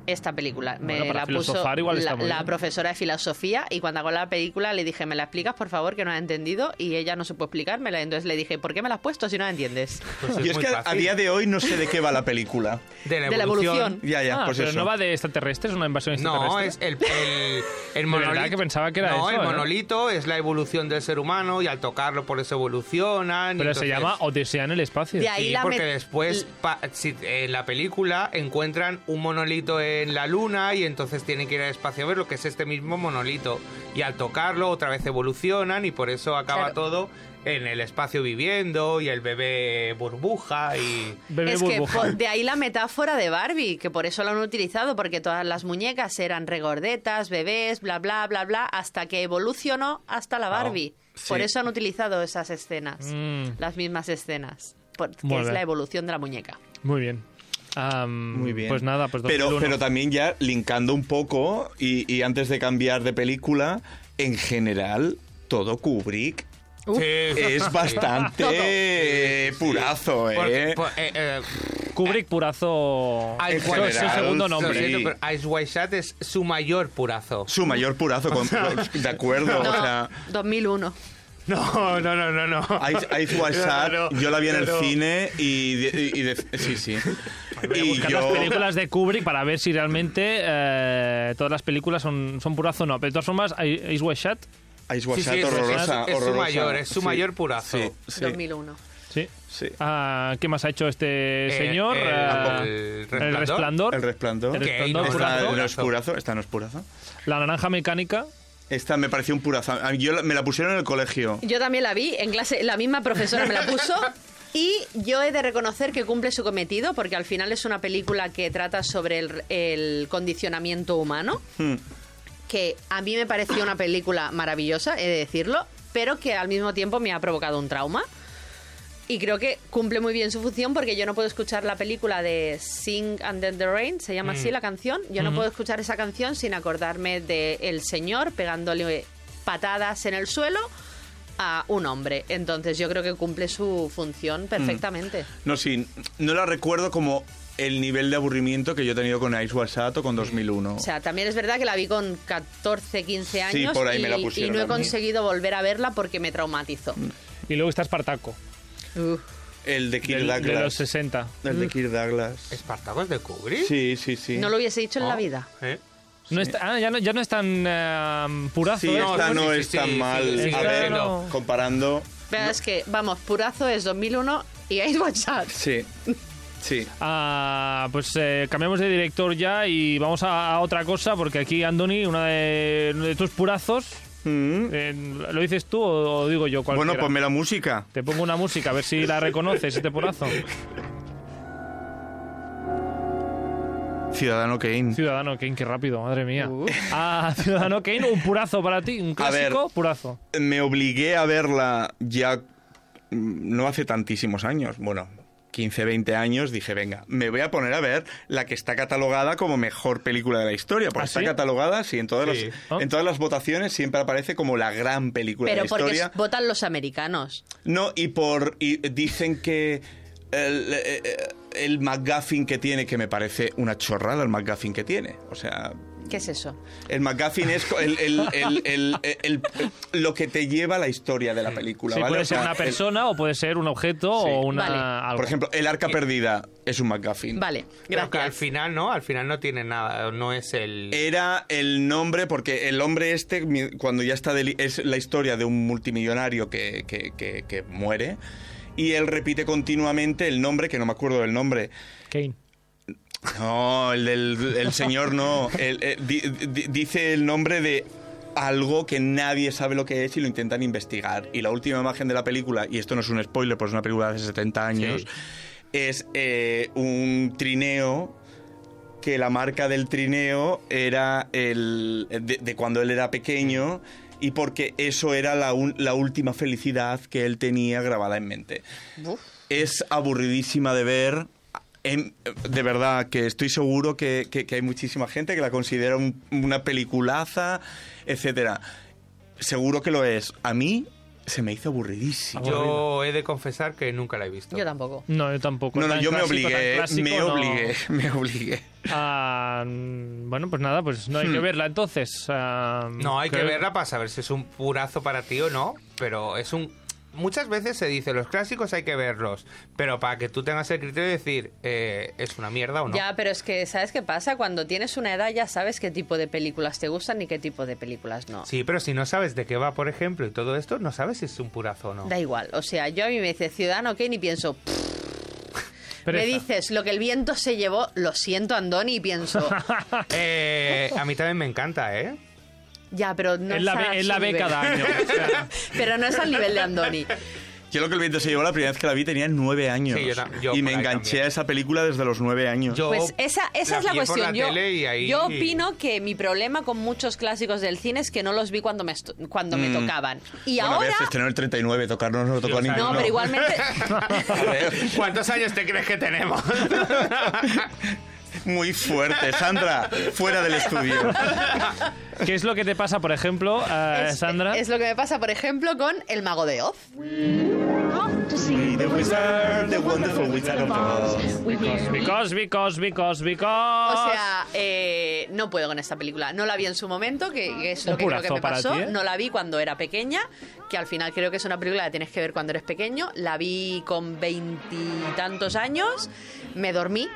[SPEAKER 3] Esta película
[SPEAKER 1] Bueno,
[SPEAKER 3] me
[SPEAKER 1] para
[SPEAKER 3] la puso
[SPEAKER 1] filosofar igual ¿eh? está
[SPEAKER 3] la,
[SPEAKER 1] muy
[SPEAKER 3] la
[SPEAKER 1] bien.
[SPEAKER 3] profesora de filosofía y cuando hago la película le dije, ¿me la explicas por favor que no la he entendido? Y ella no supo explicármela, entonces le dije, ¿por qué me la has puesto si no la entiendes?
[SPEAKER 4] Pues
[SPEAKER 2] Yo es
[SPEAKER 4] muy
[SPEAKER 2] que a- a
[SPEAKER 4] fácil.
[SPEAKER 2] día de hoy no sé de qué va la película.
[SPEAKER 4] de la
[SPEAKER 3] de la
[SPEAKER 4] evolución.
[SPEAKER 3] evolución.
[SPEAKER 2] Ya, ya,
[SPEAKER 1] Ah,
[SPEAKER 2] pues
[SPEAKER 1] pero
[SPEAKER 2] eso.
[SPEAKER 1] no va de extraterrestres, una invasión extraterrestre.
[SPEAKER 4] No, es el, el, el
[SPEAKER 1] Este verdad
[SPEAKER 4] monolito.
[SPEAKER 1] que pensaba que era
[SPEAKER 4] no,
[SPEAKER 1] eso,
[SPEAKER 4] el
[SPEAKER 1] ¿eh?
[SPEAKER 4] monolito es la evolución del ser humano y al tocarlo por eso evolucionan. y
[SPEAKER 1] Pero se
[SPEAKER 4] entonces-
[SPEAKER 1] llama Odisea en el espacio.
[SPEAKER 3] De ahí-
[SPEAKER 4] Sí,
[SPEAKER 3] la
[SPEAKER 4] porque
[SPEAKER 3] met-
[SPEAKER 4] después pa- si- en la película encuentran un monolito en la luna y entonces tienen que ir al espacio a ver lo que es este mismo monolito. Y al tocarlo otra vez evolucionan y por eso acaba
[SPEAKER 3] Claro.
[SPEAKER 4] todo en el espacio viviendo y el bebé burbuja y...
[SPEAKER 1] Bebé
[SPEAKER 3] es que
[SPEAKER 1] burbuja.
[SPEAKER 3] po- de ahí la metáfora de Barbie, que por eso lo han utilizado, porque todas las muñecas eran regordetas, bebés, bla, bla, bla, bla, hasta que evolucionó hasta la Barbie. Por
[SPEAKER 2] sí.
[SPEAKER 3] eso han utilizado esas escenas,
[SPEAKER 1] Mm.
[SPEAKER 3] las mismas escenas, porque
[SPEAKER 1] Muy
[SPEAKER 3] es
[SPEAKER 1] bien.
[SPEAKER 3] la evolución de la muñeca.
[SPEAKER 1] Muy bien. Am,
[SPEAKER 2] Muy bien.
[SPEAKER 1] Pues nada, pues
[SPEAKER 2] pero,
[SPEAKER 1] 2001.
[SPEAKER 2] pero también ya linkando un poco y, y antes de cambiar de película, en general, todo Kubrick
[SPEAKER 4] Sí.
[SPEAKER 2] es
[SPEAKER 3] Todo.
[SPEAKER 2] bastante purazo,
[SPEAKER 4] Porque-
[SPEAKER 2] ¿eh?
[SPEAKER 4] por- eh, eh,
[SPEAKER 1] Kubrick purazo.
[SPEAKER 2] En
[SPEAKER 4] Ice
[SPEAKER 1] Eso es su
[SPEAKER 2] general,
[SPEAKER 1] segundo
[SPEAKER 2] sí.
[SPEAKER 4] Lo
[SPEAKER 1] nombre.
[SPEAKER 4] siento, pero Ice White Shot es su mayor purazo.
[SPEAKER 2] Su mayor purazo, con- de acuerdo.
[SPEAKER 3] No,
[SPEAKER 2] O sea,
[SPEAKER 3] 2001.
[SPEAKER 4] No, no, no, no, no.
[SPEAKER 2] Ice, Ice White Shot,
[SPEAKER 4] No, no,
[SPEAKER 2] yo la vi en el
[SPEAKER 4] no.
[SPEAKER 2] cine y, de- y de- sí, sí.
[SPEAKER 1] Voy a
[SPEAKER 2] Y
[SPEAKER 1] buscar las películas de Kubrick para ver si realmente eh, todas las películas son, son purazo o no. Pero de todas formas, Ice White Shut,
[SPEAKER 2] Ice White
[SPEAKER 4] Sí, sí,
[SPEAKER 2] Shot,
[SPEAKER 4] es- es-
[SPEAKER 2] horrorosa,
[SPEAKER 4] es su
[SPEAKER 2] horrorosa.
[SPEAKER 4] mayor, es su mayor purazo.
[SPEAKER 2] Sí, sí,
[SPEAKER 3] 2001.
[SPEAKER 1] sí.
[SPEAKER 2] sí.
[SPEAKER 1] Ah, ¿Qué más ha hecho este
[SPEAKER 4] Eh,
[SPEAKER 1] señor?
[SPEAKER 4] el-
[SPEAKER 1] Ah,
[SPEAKER 4] el
[SPEAKER 1] el
[SPEAKER 4] Resplandor.
[SPEAKER 1] resplandor.
[SPEAKER 2] El resplandor.
[SPEAKER 1] El
[SPEAKER 4] Ok,
[SPEAKER 1] resplandor,
[SPEAKER 4] no,
[SPEAKER 1] purazo.
[SPEAKER 2] Esta
[SPEAKER 4] Purazo.
[SPEAKER 2] no es purazo, esta no es purazo.
[SPEAKER 1] La naranja mecánica.
[SPEAKER 2] Esta me pareció un purazo. A mí- Yo la- me la pusieron en el colegio.
[SPEAKER 3] Yo también la vi en clase, la misma profesora me la puso. Y yo he de reconocer que cumple su cometido, porque al final es una película que trata sobre el, el condicionamiento humano, que a mí me pareció una película maravillosa, he de decirlo, pero que al mismo tiempo me ha provocado un trauma. Y creo que cumple muy bien su función porque yo no puedo escuchar la película de Sing Under the Rain, se llama así la canción. Yo no puedo escuchar esa canción sin acordarme de el señor pegándole patadas en el suelo a un hombre. Entonces yo creo que cumple su
[SPEAKER 2] Mm.
[SPEAKER 3] función perfectamente.
[SPEAKER 2] No, sí, no la recuerdo como el nivel de aburrimiento que yo he tenido con Ice White Shot o con 2001.
[SPEAKER 3] O sea, también es verdad que la vi con 14, 15 años
[SPEAKER 2] Sí, por ahí
[SPEAKER 3] y,
[SPEAKER 2] me la
[SPEAKER 3] y
[SPEAKER 2] pusieron
[SPEAKER 3] no
[SPEAKER 2] a
[SPEAKER 3] he
[SPEAKER 2] mí. Mm.
[SPEAKER 3] conseguido volver a verla porque me traumatizó.
[SPEAKER 1] Y luego está Espartaco.
[SPEAKER 3] Uf.
[SPEAKER 2] el de Kirk
[SPEAKER 1] del- de los
[SPEAKER 2] Douglas.
[SPEAKER 1] 60.
[SPEAKER 2] el
[SPEAKER 4] Mm.
[SPEAKER 2] de Kirk Douglas.
[SPEAKER 4] ¿Espartacos de Kubrick?
[SPEAKER 2] Sí, sí, sí.
[SPEAKER 3] No lo hubiese dicho
[SPEAKER 2] Oh.
[SPEAKER 3] en la vida.
[SPEAKER 4] ¿Eh?
[SPEAKER 1] No está- ah, ya no, ya no es tan eh, purazo.
[SPEAKER 2] Sí,
[SPEAKER 1] ¿eh?
[SPEAKER 4] No,
[SPEAKER 2] esta
[SPEAKER 4] sí,
[SPEAKER 2] no
[SPEAKER 4] sí,
[SPEAKER 2] es
[SPEAKER 4] sí,
[SPEAKER 2] tan
[SPEAKER 4] sí,
[SPEAKER 2] mal.
[SPEAKER 4] sí,
[SPEAKER 1] sí,
[SPEAKER 2] A
[SPEAKER 1] sí,
[SPEAKER 2] ver,
[SPEAKER 1] claro.
[SPEAKER 2] comparando.
[SPEAKER 3] Pero es que, vamos, Purazo es 2001 y Ice Watch Out.
[SPEAKER 2] Sí. Sí.
[SPEAKER 1] Ah, pues eh, cambiamos de director ya y vamos a, a otra cosa, porque aquí, Andoni, una de, uno de tus purazos,
[SPEAKER 2] Mm.
[SPEAKER 1] eh, ¿lo dices tú o, o digo yo?
[SPEAKER 2] Bueno, pues
[SPEAKER 1] cualquiera?
[SPEAKER 2] ponme la música.
[SPEAKER 1] Te pongo una música, a ver si la reconoces, este purazo.
[SPEAKER 2] Ciudadano Kane.
[SPEAKER 1] Ciudadano Kane, qué rápido, madre mía. Ah, Ciudadano Kane, un purazo para ti, un
[SPEAKER 2] A ver.
[SPEAKER 1] clásico purazo.
[SPEAKER 2] me obligué a verla ya mm, no hace tantísimos años, bueno, 15, 20 años, dije, venga, me voy a poner a ver la que está catalogada como mejor película de la historia, porque
[SPEAKER 1] ¿Ah,
[SPEAKER 2] está
[SPEAKER 1] sí?
[SPEAKER 2] catalogada, sí, en todas,
[SPEAKER 4] Sí.
[SPEAKER 2] Las,
[SPEAKER 1] Ah.
[SPEAKER 2] en todas las votaciones siempre aparece como la gran película
[SPEAKER 3] Pero
[SPEAKER 2] de la
[SPEAKER 3] porque
[SPEAKER 2] historia.
[SPEAKER 3] votan los americanos.
[SPEAKER 2] No, y por y dicen que el, eh, eh, el McGuffin que tiene, que me parece una chorrada el McGuffin que tiene, o sea,
[SPEAKER 3] ¿Qué es eso?
[SPEAKER 2] el McGuffin es co- el, el- el- el- el- el- lo que te lleva a la historia de la película,
[SPEAKER 1] Sí,
[SPEAKER 2] ¿vale?
[SPEAKER 1] puede
[SPEAKER 2] O
[SPEAKER 1] ser
[SPEAKER 2] sea,
[SPEAKER 1] una
[SPEAKER 2] el-
[SPEAKER 1] persona o puede ser un objeto
[SPEAKER 2] Sí.
[SPEAKER 1] o una...
[SPEAKER 3] Vale.
[SPEAKER 1] algo.
[SPEAKER 2] por ejemplo, el arca perdida es un McGuffin.
[SPEAKER 3] Vale,
[SPEAKER 4] Pero que al
[SPEAKER 3] gracias.
[SPEAKER 4] final no, al final no tiene nada, no es el...
[SPEAKER 2] Era el nombre, porque el hombre este, mi- cuando ya está... deli- es la historia de un multimillonario que, que- que- que muere. Y él repite continuamente el nombre, que no me acuerdo del nombre.
[SPEAKER 1] Kane.
[SPEAKER 2] No, el del el señor no. El- eh, di- di- dice el nombre de algo que nadie sabe lo que es y lo intentan investigar. Y la última imagen de la película, y esto no es un spoiler, pues es una película de hace 70 años,
[SPEAKER 4] Sí.
[SPEAKER 2] es eh, un trineo que la marca del trineo era el de, de cuando él era pequeño y porque eso era la, un- la última felicidad que él tenía grabada en mente. Es aburridísima de ver. En- de verdad que estoy seguro que, que- que hay muchísima gente que la considera un- una peliculaza, etcétera. Seguro que lo es. A mí se me hizo aburridísimo.
[SPEAKER 4] Yo he de confesar que nunca la he visto.
[SPEAKER 3] Yo tampoco.
[SPEAKER 1] No, yo tampoco.
[SPEAKER 2] No, no,
[SPEAKER 1] Tan
[SPEAKER 2] yo me
[SPEAKER 1] clásico, tan
[SPEAKER 2] obligué,
[SPEAKER 1] clásico,
[SPEAKER 2] me
[SPEAKER 1] no.
[SPEAKER 2] obligué, me obligué.
[SPEAKER 1] Ah, mm, bueno, pues nada, pues no hay
[SPEAKER 2] Hmm.
[SPEAKER 1] que verla entonces. ah,
[SPEAKER 4] No, hay que
[SPEAKER 1] creo-
[SPEAKER 4] verla para saber si es un purazo para ti o no, pero es un... Muchas veces se dice, los clásicos hay que verlos, pero para que tú tengas el criterio de decir, eh, ¿es una mierda o no?
[SPEAKER 3] Ya, pero es que, ¿sabes qué pasa? Cuando tienes una edad ya sabes qué tipo de películas te gustan y qué tipo de películas no.
[SPEAKER 4] Sí, pero si no sabes de qué va, por ejemplo, y todo esto, no sabes si es un purazo o no.
[SPEAKER 3] Da igual, o sea, yo a mí me dice Ciudadano Kane y pienso... "Pff".
[SPEAKER 1] Pereza.
[SPEAKER 3] Me dices, lo que el viento se llevó, lo siento Andoni, y pienso...
[SPEAKER 4] Eh, a mí también me encanta, ¿eh?
[SPEAKER 3] Ya, pero no
[SPEAKER 1] Es la,
[SPEAKER 3] está a
[SPEAKER 1] be- es
[SPEAKER 3] su
[SPEAKER 1] la B
[SPEAKER 3] nivel.
[SPEAKER 1] cada año. o sea,
[SPEAKER 3] Pero no es al nivel de Andoni.
[SPEAKER 2] Yo lo que el viento se llevó la primera vez que la vi tenía nueve años.
[SPEAKER 4] Sí, yo ta- yo
[SPEAKER 2] y
[SPEAKER 4] por
[SPEAKER 2] me
[SPEAKER 4] ahí
[SPEAKER 2] enganché
[SPEAKER 4] también.
[SPEAKER 2] a esa película desde los nueve años.
[SPEAKER 4] Yo
[SPEAKER 3] Pues esa, esa es la
[SPEAKER 4] vi por
[SPEAKER 3] cuestión. yo,
[SPEAKER 4] tele y ahí-
[SPEAKER 3] yo opino que mi problema con muchos clásicos del cine es que no los vi cuando me, estu- cuando me tocaban. Y
[SPEAKER 2] bueno,
[SPEAKER 3] ahora...
[SPEAKER 2] a veces tener el 39, tocarnos no lo tocó
[SPEAKER 4] Sí, o sea,
[SPEAKER 2] ninguno.
[SPEAKER 3] No, pero igualmente...
[SPEAKER 4] ¿Cuántos años te crees que tenemos?
[SPEAKER 2] Muy fuerte, Sandra, fuera del estudio.
[SPEAKER 1] ¿Qué es lo que te pasa, por ejemplo, ah,
[SPEAKER 3] es-
[SPEAKER 1] Sandra?
[SPEAKER 3] Es lo que me pasa, por ejemplo, con El Mago de Oz.
[SPEAKER 2] The wizard, the wonderful wizard of Oz.
[SPEAKER 1] Pues Because, because, because, because.
[SPEAKER 4] Ah,
[SPEAKER 3] O sea, eh, no puedo con esta película. No la vi en su momento, que
[SPEAKER 4] Ah,
[SPEAKER 3] que es lo
[SPEAKER 1] Un
[SPEAKER 3] que creo que
[SPEAKER 1] curazo
[SPEAKER 3] me
[SPEAKER 1] para
[SPEAKER 3] pasó.
[SPEAKER 1] ti, ¿eh?
[SPEAKER 3] No la vi cuando era pequeña, que al final creo que es una película que tienes que ver cuando eres pequeño. La vi con veintitantos años, me dormí.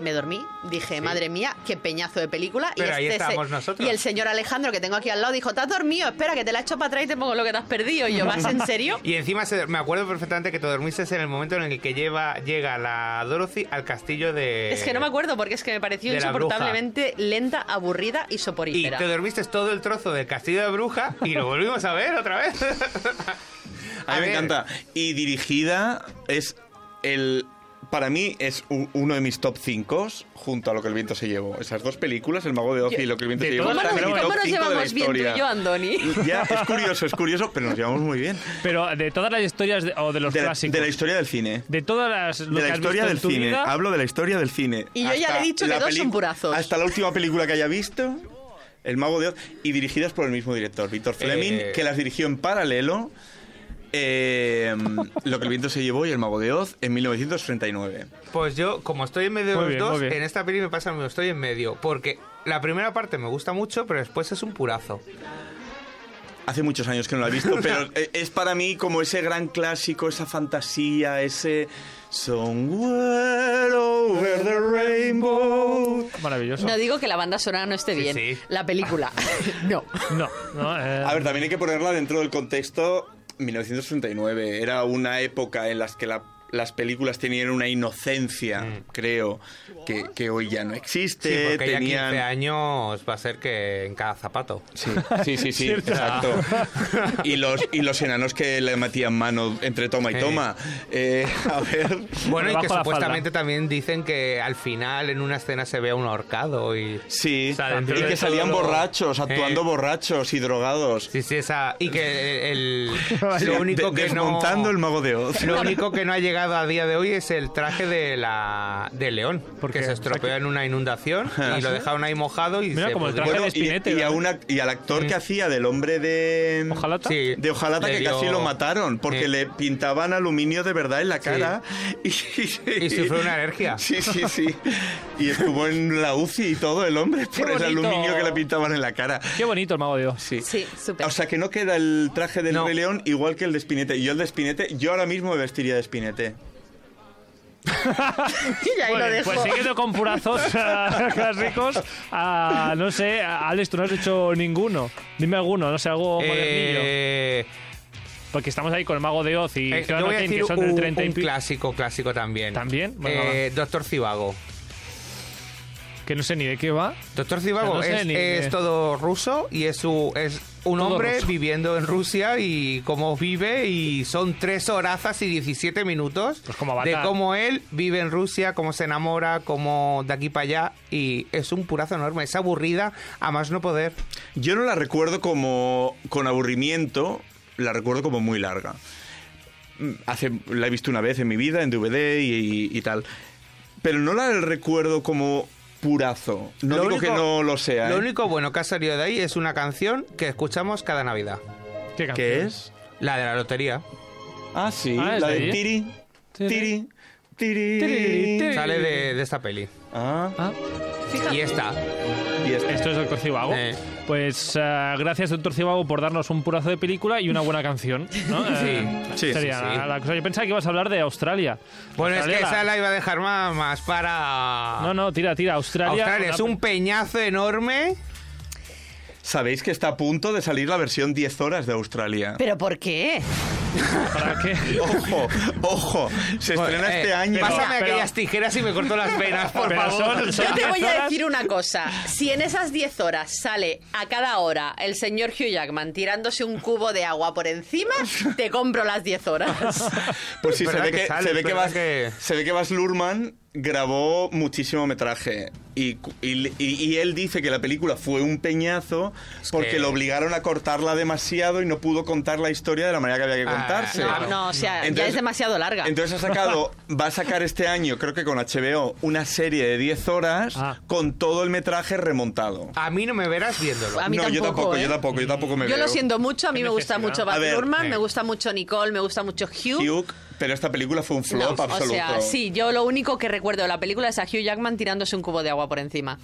[SPEAKER 3] Me dormí, dije, madre mía, qué peñazo de película.
[SPEAKER 4] Pero ahí estábamos
[SPEAKER 3] se- y
[SPEAKER 4] nosotros.
[SPEAKER 3] el señor Alejandro, que tengo aquí al lado, dijo, te has dormido, espera, que te la he hecho para atrás y te pongo lo que te has perdido. Y yo, ¿vas en serio?
[SPEAKER 4] y encima se- me acuerdo perfectamente que te dormiste en el momento en el que lleva, llega la Dorothy al castillo de...
[SPEAKER 3] es que no me acuerdo porque es que me pareció
[SPEAKER 4] de la bruja.
[SPEAKER 3] insoportablemente lenta, aburrida y
[SPEAKER 4] Y
[SPEAKER 3] soporífera.
[SPEAKER 4] te dormiste todo el trozo del castillo de bruja y lo volvimos a ver otra vez.
[SPEAKER 2] A mí me
[SPEAKER 4] ver,
[SPEAKER 2] encanta. Y dirigida es el. Para mí es u- uno de mis top 5 junto a Lo que el viento se llevó. Esas dos películas, El mago de Oz
[SPEAKER 3] Yo-
[SPEAKER 2] y Lo que el viento
[SPEAKER 1] de
[SPEAKER 2] se llevó,
[SPEAKER 1] todas
[SPEAKER 3] ¿Cómo nos,
[SPEAKER 2] están en mi
[SPEAKER 3] cómo
[SPEAKER 2] top
[SPEAKER 3] nos
[SPEAKER 2] 5 de la
[SPEAKER 3] llevamos bien tú y
[SPEAKER 2] historia.
[SPEAKER 3] yo, Andoni?
[SPEAKER 2] Ya, es curioso, es curioso, pero nos llevamos muy bien.
[SPEAKER 1] Pero de todas las historias de- o de los
[SPEAKER 2] De la,
[SPEAKER 1] clásicos.
[SPEAKER 2] de la historia del cine.
[SPEAKER 1] de todas las. lo que
[SPEAKER 2] De la
[SPEAKER 1] has
[SPEAKER 2] historia
[SPEAKER 1] visto en
[SPEAKER 2] del
[SPEAKER 1] tu
[SPEAKER 2] cine.
[SPEAKER 1] vida,
[SPEAKER 2] Hablo de la historia del cine.
[SPEAKER 3] Y yo ya
[SPEAKER 2] Hasta
[SPEAKER 3] le he dicho que
[SPEAKER 2] la
[SPEAKER 3] dos son
[SPEAKER 2] pelicu-
[SPEAKER 3] purazos.
[SPEAKER 2] Hasta la última película que haya visto, El Mago de Oz, y dirigidas por el mismo director, Víctor Fleming,
[SPEAKER 4] Eh.
[SPEAKER 2] que las dirigió en paralelo. eh, lo que el viento se llevó y El Mago de Oz en 1939.
[SPEAKER 4] Pues yo, como estoy en medio de
[SPEAKER 1] Muy
[SPEAKER 4] los
[SPEAKER 1] bien,
[SPEAKER 4] dos,
[SPEAKER 1] muy bien.
[SPEAKER 4] en esta peli me pasa lo mismo, estoy en medio. Porque la primera parte me gusta mucho, pero después es un purazo.
[SPEAKER 2] Hace muchos años que no la he visto, pero eh, es para mí como ese gran clásico, esa fantasía, ese. Somewhere over the rainbow.
[SPEAKER 1] Maravilloso.
[SPEAKER 3] No digo que la banda sonora no esté
[SPEAKER 4] Sí,
[SPEAKER 3] bien.
[SPEAKER 4] sí.
[SPEAKER 3] La película. no.
[SPEAKER 1] No, no. eh,
[SPEAKER 2] A ver, también hay que ponerla dentro del contexto 1969. Era una época en las que la- las películas tenían una inocencia, creo, que, que hoy ya no
[SPEAKER 4] Mm. Sí,
[SPEAKER 2] existe.
[SPEAKER 4] porque ya 15
[SPEAKER 2] tenían...
[SPEAKER 4] años va a ser que en cada zapato.
[SPEAKER 2] Sí, sí, sí, sí, exacto. Y los, y los enanos que le metían mano entre toma y
[SPEAKER 4] Eh.
[SPEAKER 2] toma. Eh, a ver.
[SPEAKER 1] Debajo
[SPEAKER 4] Bueno, y que
[SPEAKER 1] la falda.
[SPEAKER 4] supuestamente también dicen que al final en una escena se vea un ahorcado y...
[SPEAKER 2] Sí,
[SPEAKER 4] O sea, dentro
[SPEAKER 2] y
[SPEAKER 4] de
[SPEAKER 2] que salían
[SPEAKER 4] todo lo-
[SPEAKER 2] borrachos, actuando
[SPEAKER 4] Eh.
[SPEAKER 2] borrachos y drogados.
[SPEAKER 4] Sí, sí, esa... Y que el... lo
[SPEAKER 2] Sí,
[SPEAKER 4] único
[SPEAKER 2] de-
[SPEAKER 4] que no...
[SPEAKER 2] desmontando el mago de Oz.
[SPEAKER 4] Lo único que no ha llegado a día de hoy es el traje de la de León,
[SPEAKER 1] ¿Por
[SPEAKER 4] porque
[SPEAKER 1] qué?
[SPEAKER 4] se estropeó en una inundación
[SPEAKER 2] ¿Ah,
[SPEAKER 4] y lo dejaron ahí mojado y
[SPEAKER 1] Mira,
[SPEAKER 4] se
[SPEAKER 1] como el
[SPEAKER 4] pudrió.
[SPEAKER 1] traje
[SPEAKER 2] Bueno,
[SPEAKER 1] de Spinetta,
[SPEAKER 2] y, y a
[SPEAKER 1] ¿verdad? Mm.
[SPEAKER 2] una- y al actor que hacía del hombre de.
[SPEAKER 1] Ojalá. ta-
[SPEAKER 4] Sí,
[SPEAKER 2] De Ojalata
[SPEAKER 4] le
[SPEAKER 2] que
[SPEAKER 4] dio-
[SPEAKER 2] casi lo mataron porque
[SPEAKER 4] Sí.
[SPEAKER 2] le pintaban aluminio de verdad en la cara y,
[SPEAKER 4] Y sufrió una alergia.
[SPEAKER 2] Sí, sí, sí. Y estuvo en la UCI y todo el hombre por el
[SPEAKER 1] bonito.
[SPEAKER 2] aluminio que le pintaban en la cara.
[SPEAKER 1] Qué bonito el mago de Dios.
[SPEAKER 2] Sí.
[SPEAKER 3] Sí, súper.
[SPEAKER 2] O sea que no queda el traje del
[SPEAKER 4] No.
[SPEAKER 2] Rey León igual que el de Spinete. Yo el de Spinete, yo ahora mismo me vestiría de Spinete.
[SPEAKER 3] y ahí lo dejo.
[SPEAKER 1] pues siguiendo con purazos ah, clásicos, ah, no sé, ah, Alex, tú no has hecho ninguno. Dime alguno, no sé, algo modernillo.
[SPEAKER 4] Eh,
[SPEAKER 1] Porque estamos ahí con el mago de Oz y
[SPEAKER 4] eh, yo
[SPEAKER 1] Ciudadano
[SPEAKER 4] voy a
[SPEAKER 1] Kane,
[SPEAKER 4] decir
[SPEAKER 1] que son
[SPEAKER 4] un,
[SPEAKER 1] del 30 y
[SPEAKER 4] un
[SPEAKER 1] pi-
[SPEAKER 4] clásico, clásico también.
[SPEAKER 1] ¿También? Venga,
[SPEAKER 4] Eh, Doctor Civago.
[SPEAKER 1] que no sé ni de qué va.
[SPEAKER 4] Doctor Civago
[SPEAKER 1] O sea, no sé
[SPEAKER 4] es,
[SPEAKER 1] ni de-
[SPEAKER 4] es todo ruso y es su es un
[SPEAKER 1] Todo
[SPEAKER 4] hombre
[SPEAKER 1] ruso.
[SPEAKER 4] viviendo en Rusia y cómo vive y son tres horazas y 17 minutos
[SPEAKER 1] Pues como
[SPEAKER 4] de
[SPEAKER 1] Avatar.
[SPEAKER 4] cómo él vive en Rusia, cómo se enamora, cómo de aquí para allá y es un purazo enorme, es aburrida a más no poder.
[SPEAKER 2] Yo no la recuerdo como con aburrimiento, la recuerdo como muy larga. Mm, Hace, la he visto una vez en mi vida, en DVD y, y- y tal. Pero no la recuerdo como purazo. No digo que no lo sea.
[SPEAKER 4] Lo
[SPEAKER 2] ¿eh?
[SPEAKER 4] único bueno que ha salido de ahí es una canción que escuchamos cada Navidad,
[SPEAKER 1] ¿Qué, canción?
[SPEAKER 2] ¿Qué es?
[SPEAKER 4] la de la lotería.
[SPEAKER 2] Ah, sí.
[SPEAKER 1] Ah, ¿es
[SPEAKER 2] la
[SPEAKER 1] de
[SPEAKER 2] de
[SPEAKER 1] ahí?
[SPEAKER 2] Tiri. Tiri. Tiri.
[SPEAKER 1] Tiri, tiri.
[SPEAKER 4] Sale de, de esta peli.
[SPEAKER 2] Ah,
[SPEAKER 1] Ah,
[SPEAKER 4] Y esta.
[SPEAKER 2] y esta.
[SPEAKER 1] esto es Doctor Cibago.
[SPEAKER 4] Eh.
[SPEAKER 1] Pues ah, gracias, Doctor Cibago, por darnos un purazo de película y una buena canción. ¿no? Eh,
[SPEAKER 2] Sí, sí,
[SPEAKER 1] sería
[SPEAKER 4] sí.
[SPEAKER 1] la cosa. Yo pensaba que ibas a hablar de Australia.
[SPEAKER 4] Bueno, es que
[SPEAKER 1] Australia la-
[SPEAKER 4] esa la iba a dejar más, más para...
[SPEAKER 1] No, no, tira, tira. Australia.
[SPEAKER 4] Australia es
[SPEAKER 1] una-
[SPEAKER 4] un peñazo enorme.
[SPEAKER 2] Sabéis que está a punto de salir la versión 10 horas de Australia.
[SPEAKER 3] ¿Pero por qué?
[SPEAKER 1] ¿Para qué?
[SPEAKER 2] Ojo, ojo. Se estrena
[SPEAKER 4] Eh,
[SPEAKER 2] este año.
[SPEAKER 4] Pásame
[SPEAKER 1] Pero-
[SPEAKER 4] aquellas tijeras y me corto las venas, por
[SPEAKER 1] Pero
[SPEAKER 4] favor.
[SPEAKER 1] son- son
[SPEAKER 3] Yo te
[SPEAKER 1] 10
[SPEAKER 3] voy
[SPEAKER 1] horas.
[SPEAKER 3] a decir una cosa. Si en esas 10 horas sale a cada hora el señor Hugh Jackman tirándose un cubo de agua por encima, te compro las 10 horas.
[SPEAKER 2] Pues sí,
[SPEAKER 4] Es
[SPEAKER 2] se
[SPEAKER 4] verdad
[SPEAKER 2] ve
[SPEAKER 4] que
[SPEAKER 2] que,
[SPEAKER 4] sale,
[SPEAKER 2] se
[SPEAKER 4] es
[SPEAKER 2] ve que,
[SPEAKER 4] verdad
[SPEAKER 2] Bas,
[SPEAKER 4] que-
[SPEAKER 2] se ve que Baz Luhrmann grabó muchísimo metraje y, cu- y- y- y él dice que la película fue un peñazo porque
[SPEAKER 4] que-
[SPEAKER 2] lo obligaron a cortarla demasiado y no pudo contar la historia de la manera que había que
[SPEAKER 4] Ah,
[SPEAKER 2] contarse.
[SPEAKER 4] Sí.
[SPEAKER 3] No,
[SPEAKER 4] Claro.
[SPEAKER 3] no, o sea, ya
[SPEAKER 2] Entonces-
[SPEAKER 3] es demasiado larga.
[SPEAKER 2] Entonces ha sacado, va a sacar este año, creo que con HBO, una serie de 10 horas
[SPEAKER 1] Ah.
[SPEAKER 2] con todo el metraje remontado.
[SPEAKER 4] A mí no me verás viéndolo.
[SPEAKER 3] A mí
[SPEAKER 2] no, yo
[SPEAKER 3] tampoco,
[SPEAKER 2] tampoco,
[SPEAKER 3] ¿eh?
[SPEAKER 2] yo tampoco, yo tampoco me
[SPEAKER 3] yo
[SPEAKER 2] veo.
[SPEAKER 3] lo siento mucho, a mí
[SPEAKER 1] Qué
[SPEAKER 3] me gusta
[SPEAKER 1] necesidad.
[SPEAKER 3] mucho
[SPEAKER 2] A
[SPEAKER 3] Baz
[SPEAKER 2] ver,
[SPEAKER 3] Luhrmann,
[SPEAKER 4] eh.
[SPEAKER 3] me gusta mucho Nicole, me gusta mucho Hugh.
[SPEAKER 2] Hugh, pero esta película fue un
[SPEAKER 3] No,
[SPEAKER 2] flop absoluto.
[SPEAKER 3] O sea, sí, yo lo único que recuerdo de la película es a Hugh Jackman tirándose un cubo de agua por encima.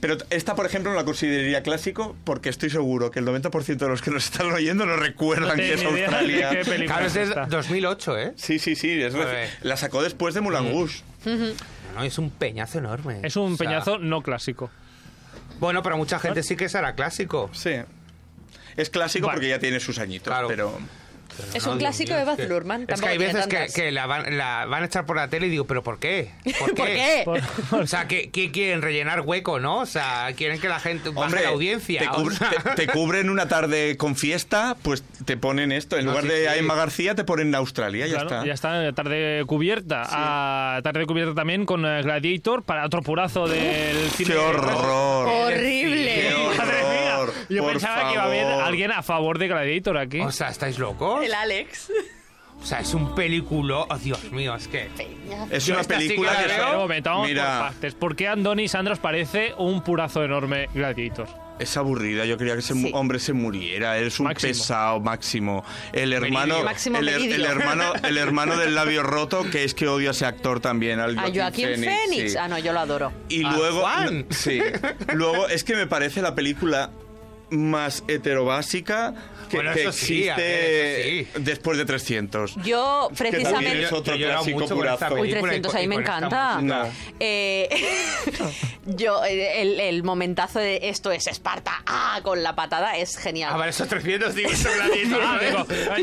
[SPEAKER 2] Pero t- esta, por ejemplo, no la consideraría clásico porque estoy seguro que el 90% de los que nos están oyendo no recuerdan
[SPEAKER 1] No
[SPEAKER 2] que es
[SPEAKER 1] tengo ni idea de
[SPEAKER 2] Australia.
[SPEAKER 1] qué película
[SPEAKER 4] Claro, es de
[SPEAKER 1] está.
[SPEAKER 4] 2008, ¿eh?
[SPEAKER 2] Sí, sí, sí. es
[SPEAKER 4] Joder.
[SPEAKER 2] reci- la sacó después de
[SPEAKER 4] Mm.
[SPEAKER 2] Moulin Rouge.
[SPEAKER 4] No, es un peñazo enorme.
[SPEAKER 1] Es un
[SPEAKER 4] O sea,
[SPEAKER 1] peñazo no clásico.
[SPEAKER 4] Bueno, para mucha gente sí que será clásico.
[SPEAKER 2] Sí. Es clásico
[SPEAKER 1] Vale.
[SPEAKER 2] porque ya tiene sus añitos,
[SPEAKER 4] Claro.
[SPEAKER 2] pero...
[SPEAKER 3] Es
[SPEAKER 4] No,
[SPEAKER 3] un
[SPEAKER 4] Dios
[SPEAKER 3] clásico
[SPEAKER 4] mío,
[SPEAKER 3] de
[SPEAKER 4] es
[SPEAKER 3] Baz
[SPEAKER 4] que-
[SPEAKER 3] Luhrmann,
[SPEAKER 4] Es que
[SPEAKER 3] tampoco
[SPEAKER 4] hay
[SPEAKER 3] tiene
[SPEAKER 4] veces que,
[SPEAKER 3] tantas.
[SPEAKER 4] que la, van, la van a echar por la tele y digo, ¿pero por qué?
[SPEAKER 3] ¿Por qué?
[SPEAKER 1] Por-
[SPEAKER 4] O sea, que, que quieren rellenar hueco, ¿no? O sea, quieren que la gente baje
[SPEAKER 2] Hombre,
[SPEAKER 4] la audiencia.
[SPEAKER 2] Te,
[SPEAKER 4] o
[SPEAKER 2] cub-
[SPEAKER 4] sea.
[SPEAKER 2] te- te cubren una tarde con fiesta, pues te ponen esto. En
[SPEAKER 4] No,
[SPEAKER 2] lugar
[SPEAKER 4] sí,
[SPEAKER 2] de
[SPEAKER 4] sí.
[SPEAKER 2] a Emma García, te ponen Australia, ya
[SPEAKER 1] Claro,
[SPEAKER 2] está.
[SPEAKER 1] Ya está, tarde cubierta. Ah, tarde cubierta también con eh, Gladiator para otro purazo del cine.
[SPEAKER 2] ¡Qué horror!
[SPEAKER 3] Horrible.
[SPEAKER 2] Qué horror.
[SPEAKER 1] Madre mía. Yo
[SPEAKER 2] Por
[SPEAKER 1] pensaba que iba a haber
[SPEAKER 2] favor.
[SPEAKER 1] alguien a favor de Gladiator aquí.
[SPEAKER 4] O sea, ¿estáis locos?
[SPEAKER 3] El Alex.
[SPEAKER 4] O sea, es un películo. Oh, Dios mío, es que.
[SPEAKER 2] Es
[SPEAKER 4] Yo
[SPEAKER 2] una
[SPEAKER 4] esta sí que
[SPEAKER 2] película
[SPEAKER 4] la
[SPEAKER 2] que...
[SPEAKER 4] veo.
[SPEAKER 1] Pero un momento, vamos
[SPEAKER 2] Mira.
[SPEAKER 1] por partes. ¿Por qué Andoni Sandra os parece un purazo enorme Gladiator?
[SPEAKER 2] Es aburrida, yo quería que ese mu-
[SPEAKER 3] Sí.
[SPEAKER 2] hombre se muriera, es un
[SPEAKER 1] Máximo.
[SPEAKER 2] pesado máximo. El hermano,
[SPEAKER 4] Meridio.
[SPEAKER 3] Máximo
[SPEAKER 2] el, her-
[SPEAKER 3] Meridio.
[SPEAKER 2] el hermano, el hermano del labio roto, que es que odio a ese actor también, al
[SPEAKER 3] A Joaquín Phoenix.
[SPEAKER 2] sí.
[SPEAKER 3] Ah, no, yo lo adoro.
[SPEAKER 2] Y
[SPEAKER 4] ¿A
[SPEAKER 2] luego
[SPEAKER 4] Juan?
[SPEAKER 2] sí. Luego es que me parece la película más heterobásica que,
[SPEAKER 4] Bueno,
[SPEAKER 2] que
[SPEAKER 4] eso sí,
[SPEAKER 2] existe
[SPEAKER 4] a ver, eso sí.
[SPEAKER 2] después de 300.
[SPEAKER 3] Yo,
[SPEAKER 2] que también
[SPEAKER 3] precisamente.
[SPEAKER 2] es otro
[SPEAKER 4] Yo he llorado
[SPEAKER 2] clásico
[SPEAKER 4] mucho con esta
[SPEAKER 2] purazo.
[SPEAKER 3] Uy,
[SPEAKER 4] película. y
[SPEAKER 3] 300,
[SPEAKER 4] con-
[SPEAKER 3] ahí
[SPEAKER 4] y
[SPEAKER 3] me
[SPEAKER 4] con esta
[SPEAKER 3] encanta.
[SPEAKER 2] música. No.
[SPEAKER 3] Eh, yo, eh, el, el momentazo de esto es Esparta, ah, con la patada, es genial.
[SPEAKER 4] A ver, Ah, esos 300 digo, son
[SPEAKER 1] Ah, digo,
[SPEAKER 4] Gladiator.
[SPEAKER 1] ay,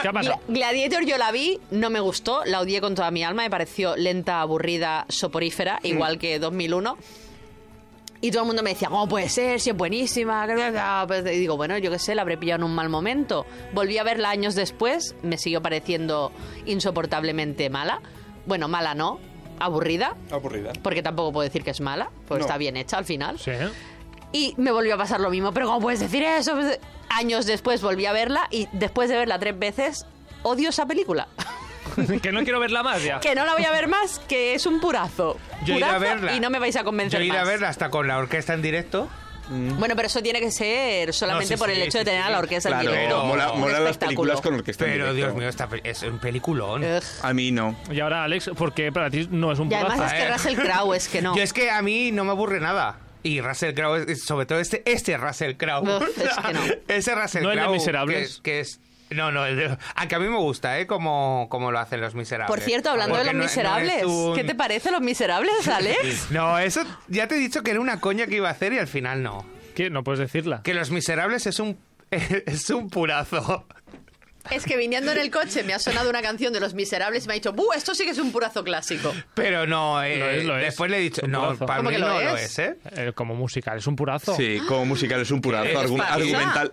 [SPEAKER 1] ¿Qué ha pasado?
[SPEAKER 3] Gla- Gladiator yo la vi, no me gustó, la odié con toda mi alma, me pareció lenta, aburrida, soporífera, igual que 2001. Y todo el mundo me decía, ¿cómo puede ser? Si es buenísima. que bla, bla". Pues, Y digo, bueno, yo qué sé, la habré pillado en un mal momento. Volví a verla años después, me siguió pareciendo insoportablemente mala. Bueno, mala no, aburrida,
[SPEAKER 2] Aburrida.
[SPEAKER 3] porque tampoco puedo decir que es mala, porque
[SPEAKER 2] No.
[SPEAKER 3] está bien hecha al final.
[SPEAKER 1] Sí, ¿eh?
[SPEAKER 3] Y me volvió a pasar lo mismo. Pero ¿cómo puedes decir eso? Años después volví a verla y después de verla tres veces, odio esa película.
[SPEAKER 1] que no quiero verla más ya.
[SPEAKER 3] que no la voy a ver más, que es un purazo.
[SPEAKER 4] Yo iré a
[SPEAKER 3] Purazo
[SPEAKER 4] verla.
[SPEAKER 3] Y no me vais a convencer
[SPEAKER 4] Yo iré a
[SPEAKER 3] más.
[SPEAKER 4] verla hasta con la orquesta en directo.
[SPEAKER 3] Bueno, pero eso tiene que ser solamente
[SPEAKER 4] No, sí,
[SPEAKER 3] por el
[SPEAKER 4] sí,
[SPEAKER 3] hecho de
[SPEAKER 4] sí,
[SPEAKER 3] tener
[SPEAKER 4] sí.
[SPEAKER 3] a la orquesta
[SPEAKER 2] Claro,
[SPEAKER 3] en directo.
[SPEAKER 2] mola,
[SPEAKER 3] Un
[SPEAKER 2] mola las
[SPEAKER 3] espectáculo.
[SPEAKER 2] películas con orquesta en
[SPEAKER 4] Pero, Dios
[SPEAKER 2] directo.
[SPEAKER 4] mío, esta pe- es un peliculón.
[SPEAKER 3] Ugh.
[SPEAKER 2] A mí no.
[SPEAKER 1] Y ahora, Alex, porque para ti no es un
[SPEAKER 3] Y además
[SPEAKER 1] purazo.
[SPEAKER 3] es que
[SPEAKER 4] eh.
[SPEAKER 3] Russell Crowe es que no.
[SPEAKER 4] Yo es que a mí no me aburre nada. Y Russell Crowe, es- sobre todo este, este Russell Crowe.
[SPEAKER 3] Uf, es que no.
[SPEAKER 4] Ese Russell
[SPEAKER 1] ¿No el de
[SPEAKER 4] Crowe.
[SPEAKER 1] Miserables?
[SPEAKER 4] Que, que es. No, no, el de- aunque a mí me gusta, ¿eh? Como, como lo hacen los miserables.
[SPEAKER 3] Por cierto, hablando de
[SPEAKER 4] Porque
[SPEAKER 3] los
[SPEAKER 4] no- no
[SPEAKER 3] miserables,
[SPEAKER 4] es un-
[SPEAKER 3] ¿qué te parece los miserables, Alex?
[SPEAKER 4] No, eso ya te he dicho que era una coña que iba a hacer y al final no.
[SPEAKER 1] ¿Qué? No puedes decirla.
[SPEAKER 4] Que Los Miserables es un es un purazo.
[SPEAKER 3] Es que viniendo en el coche me ha sonado una canción de Los Miserables y me ha dicho, ¡buh! Esto sí que es un purazo clásico.
[SPEAKER 4] Pero no, eh,
[SPEAKER 1] Lo es, lo es.
[SPEAKER 4] después le he dicho,
[SPEAKER 1] Un
[SPEAKER 4] no,
[SPEAKER 1] brazo.
[SPEAKER 4] para
[SPEAKER 3] ¿Cómo
[SPEAKER 4] mí
[SPEAKER 3] que lo
[SPEAKER 4] no lo
[SPEAKER 3] es?
[SPEAKER 4] es, ¿eh?
[SPEAKER 1] Eh, como musical, es un purazo.
[SPEAKER 2] Sí, como musical es un purazo.
[SPEAKER 4] ¿Qué les
[SPEAKER 2] argu-
[SPEAKER 3] pasa?
[SPEAKER 2] argumental.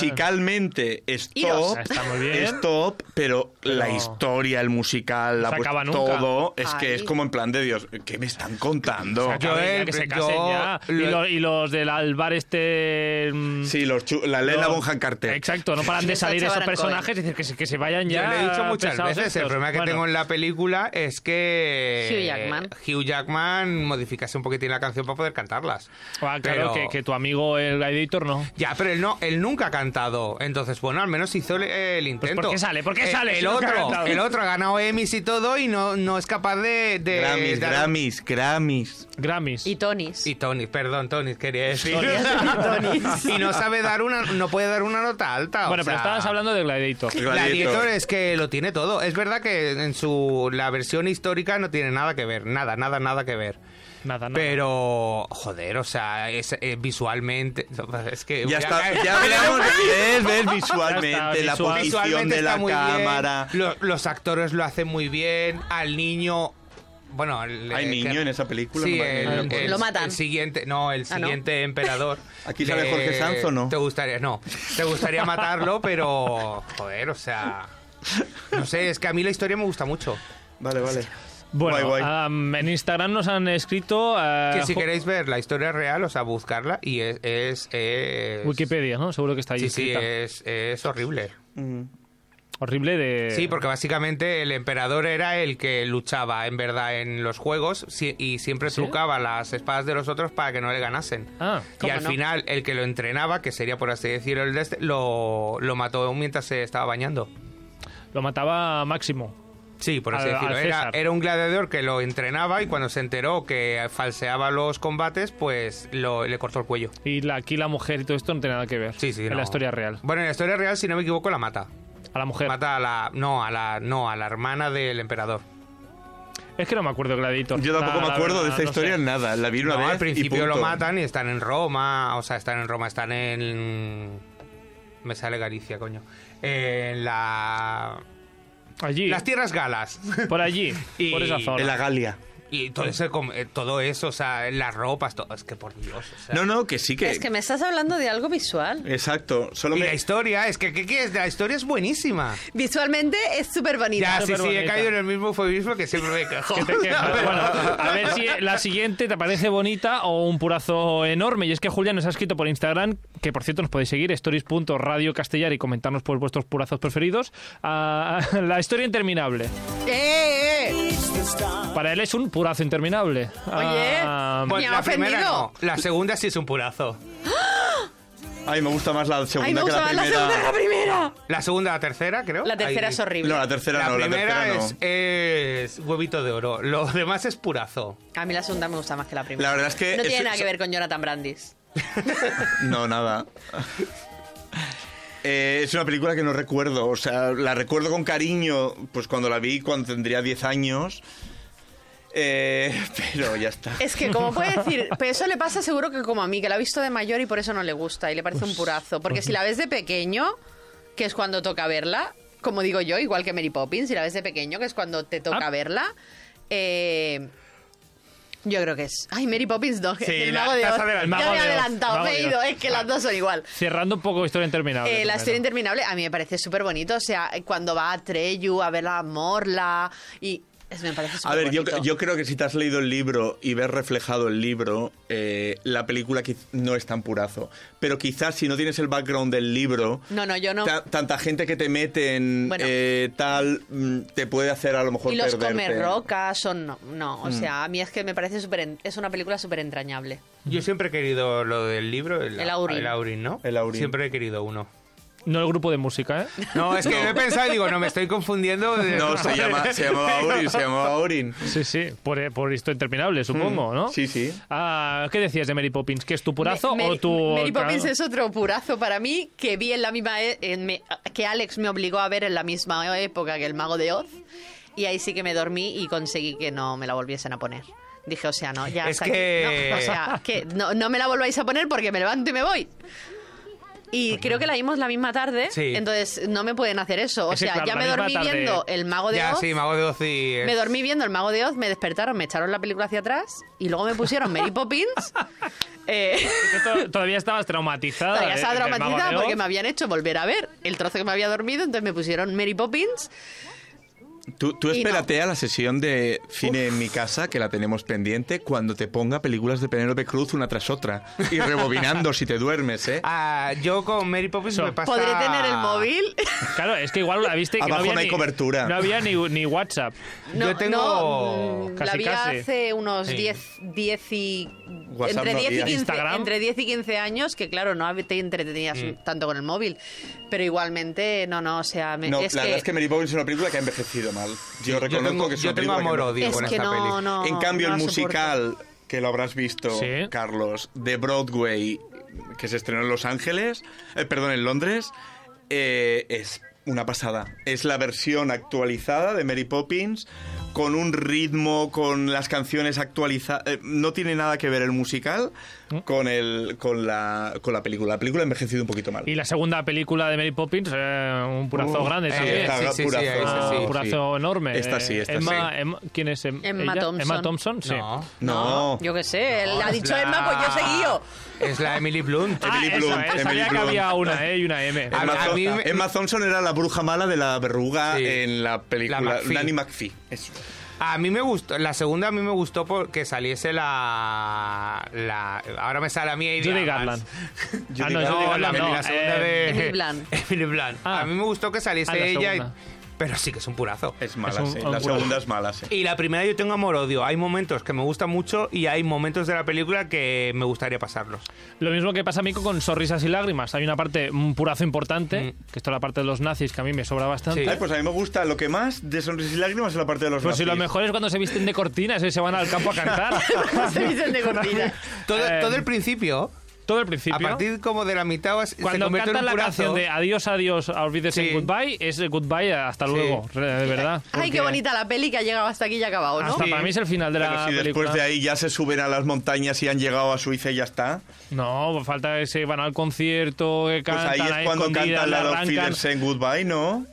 [SPEAKER 2] Musicalmente es
[SPEAKER 3] Iros.
[SPEAKER 2] top.
[SPEAKER 1] Está muy bien.
[SPEAKER 2] Es top, pero la historia, el musical, la
[SPEAKER 1] se
[SPEAKER 2] puesta-
[SPEAKER 1] acaba nunca.
[SPEAKER 2] todo, es
[SPEAKER 3] Ay.
[SPEAKER 2] que es como en plan de Dios, ¿qué me están contando?
[SPEAKER 1] Que acaben ya, que se casen
[SPEAKER 4] Yo-
[SPEAKER 1] ya.
[SPEAKER 4] lo-
[SPEAKER 1] Y, los, y los del Alvar este... mm,
[SPEAKER 2] Sí, los chu- la Lena
[SPEAKER 1] los-
[SPEAKER 2] Bonham Carter.
[SPEAKER 1] Exacto, no paran de
[SPEAKER 3] Sacha
[SPEAKER 1] salir esos
[SPEAKER 3] Baron Cohen.
[SPEAKER 1] personajes y decir que se, que se vayan
[SPEAKER 4] Yo
[SPEAKER 1] ya.
[SPEAKER 4] le he dicho muchas
[SPEAKER 1] pesados
[SPEAKER 4] veces, el
[SPEAKER 1] estos.
[SPEAKER 4] problema que
[SPEAKER 1] Bueno,
[SPEAKER 4] tengo en la película es que
[SPEAKER 3] Hugh Jackman.
[SPEAKER 4] Hugh Jackman modificase un poquitín la canción para poder cantarlas.
[SPEAKER 1] ah, claro,
[SPEAKER 4] Pero-
[SPEAKER 1] que, que tu amigo el editor no.
[SPEAKER 4] Ya, pero él no, él nunca ha cantado. Entonces, bueno, al menos hizo el, el intento.
[SPEAKER 1] Pues, ¿por qué sale? ¿Por qué
[SPEAKER 4] Eh,
[SPEAKER 1] sale si
[SPEAKER 4] El
[SPEAKER 1] nunca ha
[SPEAKER 4] otro,
[SPEAKER 1] cantado?
[SPEAKER 4] el otro ha ganado Emmys y todo y no, no es capaz de. de
[SPEAKER 2] Grammys,
[SPEAKER 4] de-
[SPEAKER 2] Grammys, Grammys.
[SPEAKER 1] Grammys.
[SPEAKER 3] Y Tonis.
[SPEAKER 4] Y Tony, perdón, Tony, quería decir.
[SPEAKER 3] Tonys, Tonys.
[SPEAKER 4] y no sabe dar una, no puede dar una nota alta. o
[SPEAKER 1] bueno, pero
[SPEAKER 4] sea,
[SPEAKER 1] estabas hablando de Gladiator.
[SPEAKER 4] Gladiator es que lo tiene todo. Es verdad que en su la versión histórica no tiene nada que ver, nada, nada, nada que ver.
[SPEAKER 1] Nada, nada.
[SPEAKER 4] Pero joder, o sea, es, eh, visualmente es que
[SPEAKER 2] Ya
[SPEAKER 4] voy a
[SPEAKER 2] está,
[SPEAKER 4] caer.
[SPEAKER 2] ya hablamos de ver visualmente,
[SPEAKER 1] Ya
[SPEAKER 2] la
[SPEAKER 1] está, visual-
[SPEAKER 2] posición
[SPEAKER 4] Visualmente
[SPEAKER 2] de
[SPEAKER 4] está
[SPEAKER 2] la
[SPEAKER 4] muy
[SPEAKER 2] cámara.
[SPEAKER 4] bien. Lo- los actores lo hacen muy bien. Al niño, bueno, el-
[SPEAKER 2] ¿Hay
[SPEAKER 4] eh,
[SPEAKER 2] niño
[SPEAKER 4] que-
[SPEAKER 2] en esa película?
[SPEAKER 4] Sí,
[SPEAKER 2] No me-
[SPEAKER 4] el-
[SPEAKER 2] no me
[SPEAKER 4] el-
[SPEAKER 2] acuerdo.
[SPEAKER 3] Lo matan.
[SPEAKER 4] El siguiente, no, el
[SPEAKER 3] Ah, ¿no?
[SPEAKER 4] siguiente emperador. Eh,
[SPEAKER 2] Aquí sale Jorge Sanz, ¿o no?
[SPEAKER 4] Te gustaría, no, te gustaría matarlo, pero joder, o sea, no sé, es que a mí la historia me gusta mucho.
[SPEAKER 2] Vale, vale.
[SPEAKER 1] Bueno,
[SPEAKER 2] Guay, guay.
[SPEAKER 1] am, en Instagram nos han escrito... eh,
[SPEAKER 4] Que si
[SPEAKER 1] jo-
[SPEAKER 4] queréis ver la historia real, o sea, buscarla y es, es, es-
[SPEAKER 1] Wikipedia, ¿no? Seguro que está ahí
[SPEAKER 4] Sí, sí, eh.
[SPEAKER 1] escrita.
[SPEAKER 4] es, es horrible.
[SPEAKER 1] Horrible de...
[SPEAKER 4] Sí, porque básicamente el emperador era el que luchaba en verdad en los juegos si- y siempre trucaba las espadas de los otros para que no le ganasen.
[SPEAKER 1] Ah,
[SPEAKER 4] y
[SPEAKER 3] ¿cómo
[SPEAKER 4] al
[SPEAKER 3] no?
[SPEAKER 4] final el que lo entrenaba, que sería por así decirlo el de este, lo, lo mató mientras se estaba bañando.
[SPEAKER 1] lo mataba Máximo.
[SPEAKER 4] Sí, por así
[SPEAKER 1] Al- al
[SPEAKER 4] decirlo. Era,
[SPEAKER 1] César.
[SPEAKER 4] era un gladiador que lo entrenaba y cuando se enteró que falseaba los combates, pues lo, le cortó el cuello.
[SPEAKER 1] Y la, aquí la mujer y todo esto no tiene nada que ver.
[SPEAKER 4] Sí, sí.
[SPEAKER 1] En
[SPEAKER 4] no.
[SPEAKER 1] la historia real.
[SPEAKER 4] Bueno, en la historia real, si no me equivoco, la mata.
[SPEAKER 1] A la mujer.
[SPEAKER 4] Mata a la. No, a la. No, a la hermana del emperador.
[SPEAKER 1] Es que no me acuerdo de Gladiator.
[SPEAKER 2] Yo tampoco
[SPEAKER 1] La-
[SPEAKER 2] me
[SPEAKER 1] la
[SPEAKER 2] acuerdo de
[SPEAKER 1] verdad,
[SPEAKER 2] esta
[SPEAKER 1] no sé.
[SPEAKER 2] historia, nada. La vi una
[SPEAKER 4] No,
[SPEAKER 2] vez.
[SPEAKER 4] al
[SPEAKER 2] y
[SPEAKER 4] principio lo
[SPEAKER 2] punto.
[SPEAKER 4] matan y están en Roma, o sea, están en Roma, están en... Me sale Galicia, coño. En la...
[SPEAKER 1] Allí.
[SPEAKER 4] Las tierras galas.
[SPEAKER 1] Por allí.
[SPEAKER 4] Y-
[SPEAKER 1] Por esa zona.
[SPEAKER 2] En la Galia.
[SPEAKER 4] Y todo, ese com- eh, todo eso, o sea, las ropas, todo... Es que por Dios, o sea...
[SPEAKER 2] No, no, que sí que.
[SPEAKER 3] Es que me estás hablando de algo visual.
[SPEAKER 2] Exacto. Solo
[SPEAKER 4] Y
[SPEAKER 2] me.
[SPEAKER 4] la historia, es que, ¿qué quieres? La historia es buenísima.
[SPEAKER 3] Visualmente es súper bonita.
[SPEAKER 4] Ya, sí, sí, he
[SPEAKER 1] superbonita.
[SPEAKER 4] caído en el mismo eufemismo que siempre me quejo.
[SPEAKER 1] Que te quejas.
[SPEAKER 4] Pero-
[SPEAKER 1] Bueno, a ver si la siguiente te parece bonita o un purazo enorme. Y es que Julia nos ha escrito por Instagram, que por cierto nos podéis seguir, stories.radio castellar y comentarnos por vuestros purazos preferidos. a- a la historia interminable.
[SPEAKER 3] ¡Eh, eh!
[SPEAKER 1] Para él es un purazo interminable.
[SPEAKER 3] Oye,
[SPEAKER 1] Ah,
[SPEAKER 3] Me ha
[SPEAKER 4] la primera
[SPEAKER 3] ofendido.
[SPEAKER 4] no, la segunda sí es un purazo.
[SPEAKER 2] Ay, me gusta más la
[SPEAKER 3] ¡Ay, me
[SPEAKER 2] segunda que
[SPEAKER 3] gusta
[SPEAKER 2] la
[SPEAKER 3] más la
[SPEAKER 2] primera.
[SPEAKER 3] segunda que la primera!
[SPEAKER 4] La segunda, la tercera, creo.
[SPEAKER 3] La tercera
[SPEAKER 4] Ahí-
[SPEAKER 3] es horrible.
[SPEAKER 2] No, la tercera
[SPEAKER 4] La
[SPEAKER 2] no, la
[SPEAKER 4] primera
[SPEAKER 2] tercera
[SPEAKER 4] es,
[SPEAKER 2] no.
[SPEAKER 4] es huevito de oro. Lo demás es purazo.
[SPEAKER 3] A mí la segunda me gusta más que la primera.
[SPEAKER 2] La verdad es que
[SPEAKER 3] No
[SPEAKER 2] es-
[SPEAKER 3] tiene nada que
[SPEAKER 2] es-
[SPEAKER 3] ver con Jonathan Brandis.
[SPEAKER 2] No, nada. Eh, es una película que no recuerdo, o sea, la recuerdo con cariño, pues cuando la vi, cuando tendría 10 años. Eh, pero ya está.
[SPEAKER 3] Es que, como puede decir, pero eso le pasa seguro que como a mí, que la ha visto de mayor y por eso no le gusta y le parece un
[SPEAKER 1] Pues,
[SPEAKER 3] purazo. Porque si la ves de pequeño, que es cuando toca verla, como digo yo, igual que Mary Poppins, si la ves de pequeño, que es cuando te toca
[SPEAKER 1] Ah.
[SPEAKER 3] verla, eh, yo creo que es. Ay, Mary Poppins 2,
[SPEAKER 4] Sí,
[SPEAKER 3] el
[SPEAKER 4] la
[SPEAKER 3] mago de
[SPEAKER 4] taza
[SPEAKER 3] Oz.
[SPEAKER 4] del
[SPEAKER 3] Ya me he
[SPEAKER 1] Mago de Oz,
[SPEAKER 3] adelantado,
[SPEAKER 1] Mago
[SPEAKER 3] me he
[SPEAKER 1] de
[SPEAKER 3] ido,
[SPEAKER 1] Oz. Ah, pues
[SPEAKER 3] es que las dos son igual.
[SPEAKER 1] Cerrando un poco historia interminable.
[SPEAKER 3] Eh, la
[SPEAKER 1] primero.
[SPEAKER 3] historia interminable a mí me parece súper bonito. O sea, cuando va a Treyu a ver a Morla y. es- me parece
[SPEAKER 2] A ver, yo,
[SPEAKER 3] superbonito.
[SPEAKER 2] yo creo que si te has leído el libro y ves reflejado el libro, eh, la película quiz- no es tan purazo. Pero quizás si no tienes el background del libro,
[SPEAKER 3] No, no, yo no.
[SPEAKER 2] ta- tanta gente que te mete en
[SPEAKER 3] Bueno.
[SPEAKER 2] eh, tal mm, te puede hacer a lo mejor
[SPEAKER 3] Y los
[SPEAKER 2] perderte.
[SPEAKER 3] comer rocas son no, no, o sea, a mí es que me parece súper en- es una película súper entrañable.
[SPEAKER 4] Yo siempre he querido lo del libro, el,
[SPEAKER 3] El Aurin.
[SPEAKER 4] el ¿no?
[SPEAKER 2] El Aurin.
[SPEAKER 4] Siempre he querido uno.
[SPEAKER 1] No el grupo de música, ¿eh?
[SPEAKER 4] No, es que yo he pensado y digo, no, me estoy confundiendo. de-
[SPEAKER 2] No, se, llama, se llamaba Aurin, se llamaba Aurin.
[SPEAKER 1] Sí, sí, por, eh, por historia interminable, supongo, ¿no?
[SPEAKER 2] Mm. Sí, sí.
[SPEAKER 1] Ah, ¿Qué decías de Mary Poppins? ¿Que es tu purazo
[SPEAKER 3] Me-
[SPEAKER 1] o
[SPEAKER 3] Mary-
[SPEAKER 1] tu...?
[SPEAKER 3] Mary Poppins
[SPEAKER 1] claro.
[SPEAKER 3] es otro purazo para mí que vi en la misma e- en me- que Alex me obligó a ver en la misma época que El Mago de Oz y ahí sí que me dormí y conseguí que no me la volviesen a poner. Dije, o sea, no, ya
[SPEAKER 4] Es
[SPEAKER 3] hasta aquí.
[SPEAKER 4] que-
[SPEAKER 3] No, o sea, que no, no me la volváis a poner porque me levanto y me voy. Y creo que la vimos la misma tarde,
[SPEAKER 4] Sí.
[SPEAKER 3] entonces no me pueden hacer eso. O
[SPEAKER 1] Es que,
[SPEAKER 3] sea,
[SPEAKER 1] claro,
[SPEAKER 3] ya
[SPEAKER 1] la
[SPEAKER 3] me
[SPEAKER 1] misma
[SPEAKER 3] dormí
[SPEAKER 1] tarde-
[SPEAKER 3] viendo El Mago de
[SPEAKER 4] Ya,
[SPEAKER 3] Oz.
[SPEAKER 4] sí, Mago de Oz y... eh,
[SPEAKER 3] Me dormí viendo El Mago de Oz, me despertaron, me echaron la película hacia atrás y luego me pusieron Mary Poppins. eh,
[SPEAKER 1] Yo to- todavía estabas traumatizada.
[SPEAKER 3] todavía
[SPEAKER 1] de-
[SPEAKER 3] estaba
[SPEAKER 1] del Mago
[SPEAKER 3] traumatizada
[SPEAKER 1] de Oz.
[SPEAKER 3] porque me habían hecho volver a ver el trozo que me había dormido, entonces me pusieron Mary Poppins.
[SPEAKER 2] Tú, tú
[SPEAKER 3] Y no.
[SPEAKER 2] espérate a la sesión de cine en mi casa, que la tenemos pendiente, cuando te ponga películas de Penélope Cruz una tras otra. Y rebobinando si te duermes, ¿eh?
[SPEAKER 4] Ah, yo con Mary Poppins
[SPEAKER 1] So-
[SPEAKER 4] me pasa...
[SPEAKER 3] Podré tener el móvil.
[SPEAKER 1] Claro, es que igual la viste que
[SPEAKER 2] Abajo
[SPEAKER 1] no había
[SPEAKER 2] no hay
[SPEAKER 1] ni,
[SPEAKER 2] cobertura.
[SPEAKER 1] No había ni, ni WhatsApp.
[SPEAKER 3] No,
[SPEAKER 4] yo tengo...
[SPEAKER 3] no, mm, la
[SPEAKER 1] Casi,
[SPEAKER 3] vi
[SPEAKER 1] casi.
[SPEAKER 3] hace unos
[SPEAKER 4] Sí.
[SPEAKER 3] 10, 10 y...
[SPEAKER 2] WhatsApp
[SPEAKER 3] entre,
[SPEAKER 2] no
[SPEAKER 3] 10 y
[SPEAKER 2] había.
[SPEAKER 3] 15,
[SPEAKER 1] Instagram.
[SPEAKER 3] entre 10 y 15 años, que claro, no te entretenías tanto con el móvil. Pero igualmente, no, no, o sea... me-
[SPEAKER 2] no,
[SPEAKER 3] es
[SPEAKER 2] la
[SPEAKER 3] que,
[SPEAKER 2] verdad es que Mary Poppins es una película que ha envejecido mal. Yo
[SPEAKER 4] Yo
[SPEAKER 2] reconozco
[SPEAKER 4] tengo,
[SPEAKER 2] que es
[SPEAKER 4] yo
[SPEAKER 2] una
[SPEAKER 4] tengo
[SPEAKER 2] película que no-
[SPEAKER 4] amor-odio
[SPEAKER 3] es
[SPEAKER 4] con
[SPEAKER 3] que
[SPEAKER 4] esta
[SPEAKER 3] no,
[SPEAKER 4] peli.
[SPEAKER 3] no,
[SPEAKER 2] en cambio,
[SPEAKER 3] no
[SPEAKER 2] el
[SPEAKER 3] la soporto.
[SPEAKER 2] musical, que lo habrás visto,
[SPEAKER 1] Sí.
[SPEAKER 2] Carlos, de Broadway, que se estrenó en Los Ángeles, eh, perdón, en Londres, eh, es una pasada. Es la versión actualizada de Mary Poppins, con un ritmo, con las canciones actualizadas. no tiene nada que ver el musical
[SPEAKER 1] ¿Mm?
[SPEAKER 2] con, el, con, la, con la película. La película ha envejecido un poquito mal.
[SPEAKER 1] Y la segunda película de Mary Poppins, eh, un purazo
[SPEAKER 2] Uh,
[SPEAKER 1] grande
[SPEAKER 4] eh,
[SPEAKER 1] también.
[SPEAKER 4] está- sí, sí, sí, ahí sí,
[SPEAKER 1] Ah,
[SPEAKER 4] sí.
[SPEAKER 1] un purazo enorme.
[SPEAKER 2] Esta sí,
[SPEAKER 1] Eh,
[SPEAKER 2] esta
[SPEAKER 1] Emma,
[SPEAKER 2] sí.
[SPEAKER 1] Emma- ¿Quién es? Em-
[SPEAKER 3] Emma
[SPEAKER 1] ella?
[SPEAKER 3] Thompson.
[SPEAKER 1] Emma Thompson, sí.
[SPEAKER 4] No.
[SPEAKER 2] No.
[SPEAKER 3] Yo qué sé, él
[SPEAKER 4] No,
[SPEAKER 3] ha
[SPEAKER 4] es
[SPEAKER 3] dicho
[SPEAKER 4] la-
[SPEAKER 3] Emma, pues yo seguí yo.
[SPEAKER 4] Es la Emily Blunt.
[SPEAKER 1] Ah,
[SPEAKER 2] Emily
[SPEAKER 1] esa,
[SPEAKER 2] Blunt,
[SPEAKER 1] eh,
[SPEAKER 2] Emily
[SPEAKER 1] sabía que
[SPEAKER 2] Blunt.
[SPEAKER 1] había una E y una M.
[SPEAKER 4] A-
[SPEAKER 2] Emma,
[SPEAKER 4] a
[SPEAKER 2] Thom-
[SPEAKER 4] mí me-
[SPEAKER 2] Emma Thompson era la bruja mala de la verruga
[SPEAKER 4] Sí.
[SPEAKER 2] en la película.
[SPEAKER 4] La McPhee.
[SPEAKER 2] Nanny McPhee. Eso.
[SPEAKER 4] A mí me gustó, la segunda a mí me gustó porque saliese la... la ahora me sale a mí...
[SPEAKER 1] Judy
[SPEAKER 4] Adams.
[SPEAKER 1] Garland. Ah,
[SPEAKER 2] Judy
[SPEAKER 1] no,
[SPEAKER 2] Garland.
[SPEAKER 1] Judy
[SPEAKER 4] No, la,
[SPEAKER 1] Garland
[SPEAKER 4] peli-
[SPEAKER 1] no.
[SPEAKER 4] la segunda
[SPEAKER 1] eh,
[SPEAKER 4] de...
[SPEAKER 3] Emily Blunt.
[SPEAKER 4] Emily Blunt.
[SPEAKER 1] Ah.
[SPEAKER 4] A mí me gustó que saliese
[SPEAKER 1] Ah, la
[SPEAKER 4] ella, y-
[SPEAKER 1] segunda.
[SPEAKER 4] pero sí que es un purazo.
[SPEAKER 2] Es mala,
[SPEAKER 1] Es un-
[SPEAKER 2] sí.
[SPEAKER 1] un
[SPEAKER 2] La
[SPEAKER 1] culo.
[SPEAKER 2] segunda es mala, sí.
[SPEAKER 4] Y la primera yo tengo amor-odio. Hay momentos que me gustan mucho y hay momentos de la película que me gustaría pasarlos.
[SPEAKER 1] Lo mismo que pasa a mí con Sonrisas y Lágrimas. Hay una parte, un purazo importante, que esto es la parte de los nazis, que a mí me sobra bastante.
[SPEAKER 4] Sí.
[SPEAKER 2] Ay, pues a mí me gusta lo que más de sonrisas y lágrimas es la parte de los
[SPEAKER 1] Pues si
[SPEAKER 2] nazis.
[SPEAKER 1] lo mejor es cuando se visten de cortinas y se van al campo a cantar.
[SPEAKER 3] Se dice el de cortina.
[SPEAKER 4] Todo,
[SPEAKER 1] Eh,
[SPEAKER 4] todo el principio,
[SPEAKER 1] Todo el principio.
[SPEAKER 4] a partir como de la mitad, se
[SPEAKER 1] cuando
[SPEAKER 4] convierte en
[SPEAKER 1] cantan
[SPEAKER 4] un
[SPEAKER 1] la
[SPEAKER 4] purazo.
[SPEAKER 1] canción de adiós, adiós, olvides
[SPEAKER 4] Sí.
[SPEAKER 1] en goodbye, es el goodbye hasta luego, re- de verdad.
[SPEAKER 3] Eh, Ay, qué
[SPEAKER 4] Porque-
[SPEAKER 3] bonita la peli que ha llegado hasta aquí y ha acabado, ¿no?
[SPEAKER 1] Hasta
[SPEAKER 4] Sí.
[SPEAKER 1] para mí es el final de la
[SPEAKER 2] Pero si después
[SPEAKER 1] película.
[SPEAKER 2] de ahí ya se suben a las montañas y han llegado a Suiza y ya está.
[SPEAKER 1] No, falta que se van al concierto, que
[SPEAKER 2] Pues
[SPEAKER 1] cantan
[SPEAKER 2] ahí es cuando
[SPEAKER 1] escondidas,
[SPEAKER 2] cantan
[SPEAKER 1] la
[SPEAKER 2] la de
[SPEAKER 1] arrancan.
[SPEAKER 2] Fidelsen Goodbye, ¿no?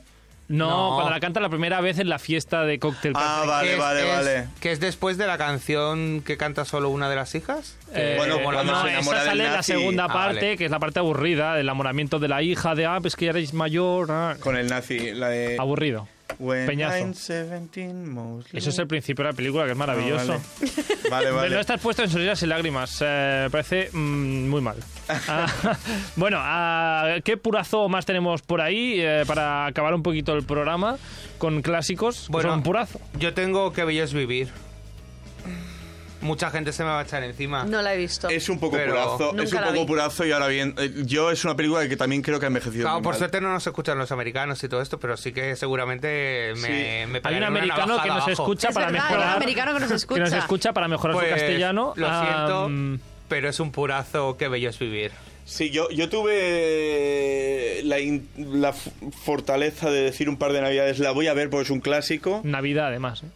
[SPEAKER 1] No,
[SPEAKER 4] No.
[SPEAKER 1] cuando la cantan la primera vez en la fiesta de cóctel.
[SPEAKER 2] Ah,
[SPEAKER 1] party.
[SPEAKER 2] vale,
[SPEAKER 4] Es-
[SPEAKER 2] vale,
[SPEAKER 4] es-
[SPEAKER 2] vale.
[SPEAKER 4] Que es después de la canción que canta solo una de las hijas.
[SPEAKER 1] Eh,
[SPEAKER 2] Bueno,
[SPEAKER 4] como la
[SPEAKER 2] cuando
[SPEAKER 1] no,
[SPEAKER 2] se
[SPEAKER 1] esa
[SPEAKER 2] enamora del
[SPEAKER 1] sale en la
[SPEAKER 2] nazi.
[SPEAKER 1] segunda
[SPEAKER 4] Ah,
[SPEAKER 1] parte,
[SPEAKER 4] vale.
[SPEAKER 1] que es la parte aburrida, del enamoramiento de la hija, de, ah, pues que ya eres mayor, ah.
[SPEAKER 2] Con el nazi, la de...
[SPEAKER 1] aburrido.
[SPEAKER 2] When
[SPEAKER 1] Peñazo.
[SPEAKER 2] I'm 17, mostly.
[SPEAKER 1] Eso es el principio de la película, que es
[SPEAKER 2] Ah,
[SPEAKER 1] maravilloso.
[SPEAKER 2] vale, vale.
[SPEAKER 1] Pero
[SPEAKER 2] vale.
[SPEAKER 1] No estás puesto en sonrisas y lágrimas. eh, parece mm, muy mal. Ah, bueno, ah, ¿qué purazo más tenemos por ahí eh, para acabar un poquito el programa con clásicos? Bueno,
[SPEAKER 4] Bueno.
[SPEAKER 1] son purazo.
[SPEAKER 4] Yo tengo que bello es vivir. Mucha gente se me va a echar encima.
[SPEAKER 3] No la he visto.
[SPEAKER 2] Es un poco
[SPEAKER 4] Pero
[SPEAKER 2] purazo, es
[SPEAKER 3] nunca
[SPEAKER 2] un
[SPEAKER 3] la vi.
[SPEAKER 2] poco purazo y ahora bien, eh, yo es una película que también creo que ha envejecido
[SPEAKER 4] Claro,
[SPEAKER 2] muy
[SPEAKER 4] por
[SPEAKER 2] mal.
[SPEAKER 4] suerte no nos escuchan los americanos y todo esto, pero sí que seguramente
[SPEAKER 2] Sí.
[SPEAKER 4] me, me
[SPEAKER 1] Hay un
[SPEAKER 4] pegarán una
[SPEAKER 1] americano que
[SPEAKER 4] navajada
[SPEAKER 1] nos
[SPEAKER 4] abajo.
[SPEAKER 1] escucha
[SPEAKER 3] Es
[SPEAKER 1] para
[SPEAKER 3] verdad, hay un
[SPEAKER 1] mejorar.
[SPEAKER 3] americano que nos escucha.
[SPEAKER 1] escucha para mejorar
[SPEAKER 4] Pues,
[SPEAKER 1] su castellano.
[SPEAKER 4] Lo
[SPEAKER 1] Ah,
[SPEAKER 4] siento,
[SPEAKER 1] mm,
[SPEAKER 4] pero es un purazo que bello es vivir.
[SPEAKER 2] Sí, yo, yo tuve eh, la, in- la f- fortaleza de decir un par de navidades, la voy a ver porque es un clásico.
[SPEAKER 1] Navidad, además. ¿eh?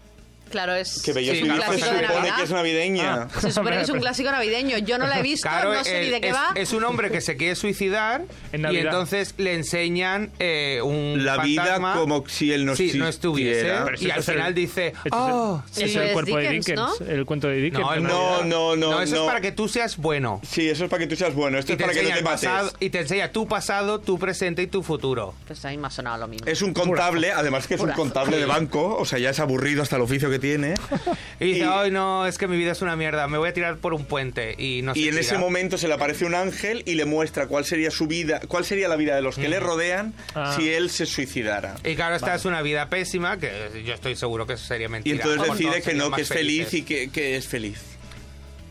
[SPEAKER 3] Claro, es
[SPEAKER 2] Que Bello
[SPEAKER 4] Mm. Sí,
[SPEAKER 2] es vivir,
[SPEAKER 4] claro,
[SPEAKER 2] se
[SPEAKER 4] clásico de
[SPEAKER 2] supone
[SPEAKER 3] Navidad.
[SPEAKER 2] que es navideña.
[SPEAKER 1] Ah.
[SPEAKER 3] Se supone que es un clásico navideño. Yo no la he visto,
[SPEAKER 4] Claro,
[SPEAKER 3] no sé
[SPEAKER 4] eh,
[SPEAKER 3] ni de qué
[SPEAKER 4] es,
[SPEAKER 3] va.
[SPEAKER 4] es un hombre que se quiere suicidar
[SPEAKER 1] En
[SPEAKER 4] y
[SPEAKER 1] Navidad.
[SPEAKER 4] entonces le enseñan eh, un
[SPEAKER 2] La vida
[SPEAKER 4] fantasma-
[SPEAKER 2] como si él no
[SPEAKER 4] Sí, estuviese.
[SPEAKER 2] existiera. Pero
[SPEAKER 4] Y
[SPEAKER 1] esto
[SPEAKER 4] al
[SPEAKER 1] es el-
[SPEAKER 4] final dice,
[SPEAKER 1] esto Este es el-
[SPEAKER 4] oh,
[SPEAKER 1] Ese
[SPEAKER 4] sí,
[SPEAKER 1] es
[SPEAKER 3] Eso
[SPEAKER 1] el
[SPEAKER 3] es
[SPEAKER 1] cuerpo
[SPEAKER 3] Dickens,
[SPEAKER 1] de Dickens. El cuento de Dickens.
[SPEAKER 4] No,
[SPEAKER 1] en
[SPEAKER 4] no,
[SPEAKER 1] realidad.
[SPEAKER 2] No, no, no.
[SPEAKER 4] no, eso es para que tú seas bueno.
[SPEAKER 2] Sí, eso es para que tú seas bueno. Esto
[SPEAKER 4] Y
[SPEAKER 2] es
[SPEAKER 4] te,
[SPEAKER 2] para que no
[SPEAKER 4] enseña
[SPEAKER 2] te
[SPEAKER 4] el
[SPEAKER 2] mates.
[SPEAKER 4] pasado, y te enseña tu pasado, tu presente y tu futuro.
[SPEAKER 3] Pues a mí me ha sonado lo mismo.
[SPEAKER 2] Es un contable, además que es un
[SPEAKER 3] Purazo.
[SPEAKER 2] contable de banco, o sea, ya es aburrido hasta el oficio que tiene.
[SPEAKER 4] Y dice,
[SPEAKER 2] Y-
[SPEAKER 4] ay no, es que mi vida es una mierda, me voy a tirar por un puente. Y no se
[SPEAKER 2] Y en
[SPEAKER 4] tira.
[SPEAKER 2] ese momento se le aparece un ángel y le muestra cuál sería su vida, cuál sería la vida de los que
[SPEAKER 4] Mm.
[SPEAKER 2] le rodean
[SPEAKER 1] Ah.
[SPEAKER 2] si él se suicidara.
[SPEAKER 4] Y claro, esta es una vida pésima, que yo estoy seguro que eso sería
[SPEAKER 2] Y
[SPEAKER 4] mentira.
[SPEAKER 2] entonces
[SPEAKER 4] Vamos,
[SPEAKER 2] decide
[SPEAKER 4] todos
[SPEAKER 2] que no,
[SPEAKER 4] serían
[SPEAKER 2] que es
[SPEAKER 4] más
[SPEAKER 2] feliz
[SPEAKER 4] felices.
[SPEAKER 2] y que, que es feliz.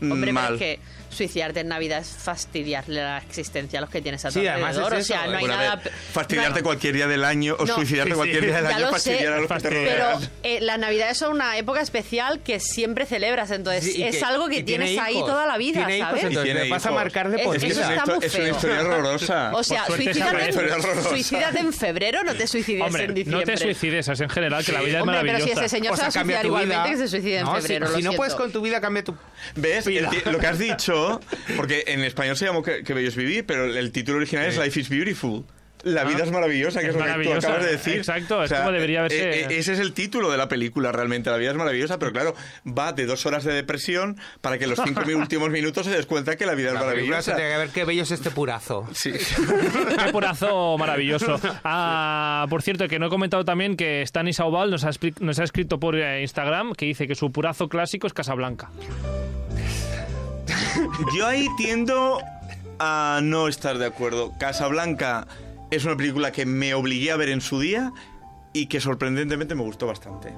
[SPEAKER 3] Hombre, pero
[SPEAKER 2] Mal.
[SPEAKER 3] es que suicidarte en Navidad es fastidiarle la existencia a los que tienes a tu
[SPEAKER 4] Sí, además
[SPEAKER 3] alrededor.
[SPEAKER 4] es
[SPEAKER 3] o sea,
[SPEAKER 4] eso.
[SPEAKER 3] no hay
[SPEAKER 2] Bueno, a
[SPEAKER 3] nada.
[SPEAKER 2] ver, fastidiarte
[SPEAKER 3] no,
[SPEAKER 2] cualquier día del año o
[SPEAKER 3] No,
[SPEAKER 2] suicidarte
[SPEAKER 4] sí,
[SPEAKER 2] cualquier
[SPEAKER 4] sí.
[SPEAKER 2] día del
[SPEAKER 3] Ya
[SPEAKER 2] año,
[SPEAKER 3] lo
[SPEAKER 2] fastidiar
[SPEAKER 3] sé,
[SPEAKER 2] a los que te
[SPEAKER 1] fastidiar.
[SPEAKER 3] Pero
[SPEAKER 2] rodean.
[SPEAKER 3] eh, las Navidades son una época especial que siempre celebras, entonces
[SPEAKER 4] Sí, y
[SPEAKER 3] es algo que
[SPEAKER 4] y tiene
[SPEAKER 3] tienes ahí
[SPEAKER 4] hijos.
[SPEAKER 3] toda la vida,
[SPEAKER 4] Tiene hijos,
[SPEAKER 3] ¿sabes?
[SPEAKER 2] entonces. Y
[SPEAKER 4] le
[SPEAKER 2] tiene
[SPEAKER 4] vas a
[SPEAKER 2] hijos.
[SPEAKER 4] marcar de
[SPEAKER 3] Es-
[SPEAKER 4] por
[SPEAKER 2] Es que es
[SPEAKER 3] Eso
[SPEAKER 2] una,
[SPEAKER 3] está
[SPEAKER 2] histo-
[SPEAKER 3] muy
[SPEAKER 2] es una
[SPEAKER 3] feo.
[SPEAKER 2] historia
[SPEAKER 4] Ah,
[SPEAKER 2] horrorosa.
[SPEAKER 3] O sea,
[SPEAKER 1] Por suerte esa
[SPEAKER 3] suicídate,
[SPEAKER 2] historia es
[SPEAKER 3] en,
[SPEAKER 2] horrorosa.
[SPEAKER 3] suicídate en febrero, no te suicides
[SPEAKER 1] Hombre,
[SPEAKER 3] en
[SPEAKER 1] no
[SPEAKER 3] diciembre.
[SPEAKER 1] te suicides, es en general, que la vida es
[SPEAKER 3] Hombre, pero
[SPEAKER 1] maravillosa.
[SPEAKER 3] si ese señor se va a suicidar igualmente, que se suicide en
[SPEAKER 4] No, si-
[SPEAKER 3] febrero.
[SPEAKER 4] Si,
[SPEAKER 3] lo
[SPEAKER 4] no puedes
[SPEAKER 3] siento.
[SPEAKER 4] con tu vida, cambia tu...
[SPEAKER 2] ¿Ves? El ti- Lo que has dicho claro, porque en español se llamó Que, que bello es vivir, pero el título original es Life is Beautiful. La vida es maravillosa, que
[SPEAKER 1] Ah. Es
[SPEAKER 2] es, lo que tú
[SPEAKER 1] maravillosa,
[SPEAKER 2] acabas de decir.
[SPEAKER 1] exacto, es como debería haberse-
[SPEAKER 2] eh, eh, Ese es el título de la película, realmente. La vida es maravillosa, pero claro, va de dos horas de depresión para que los cinco mil últimos minutos se des cuenta que la vida es
[SPEAKER 4] La película se
[SPEAKER 2] maravillosa.
[SPEAKER 4] tiene que ver qué bello es este purazo.
[SPEAKER 2] Sí.
[SPEAKER 1] Qué porazo maravilloso. Ah, por cierto, que no he comentado también que Stanis Aubal nos ha, expli- nos ha escrito por eh, Instagram que dice que su purazo clásico es Casablanca.
[SPEAKER 2] Yo ahí tiendo a no estar de acuerdo. Casablanca es una película que me obligué a ver en su día y que sorprendentemente me gustó bastante.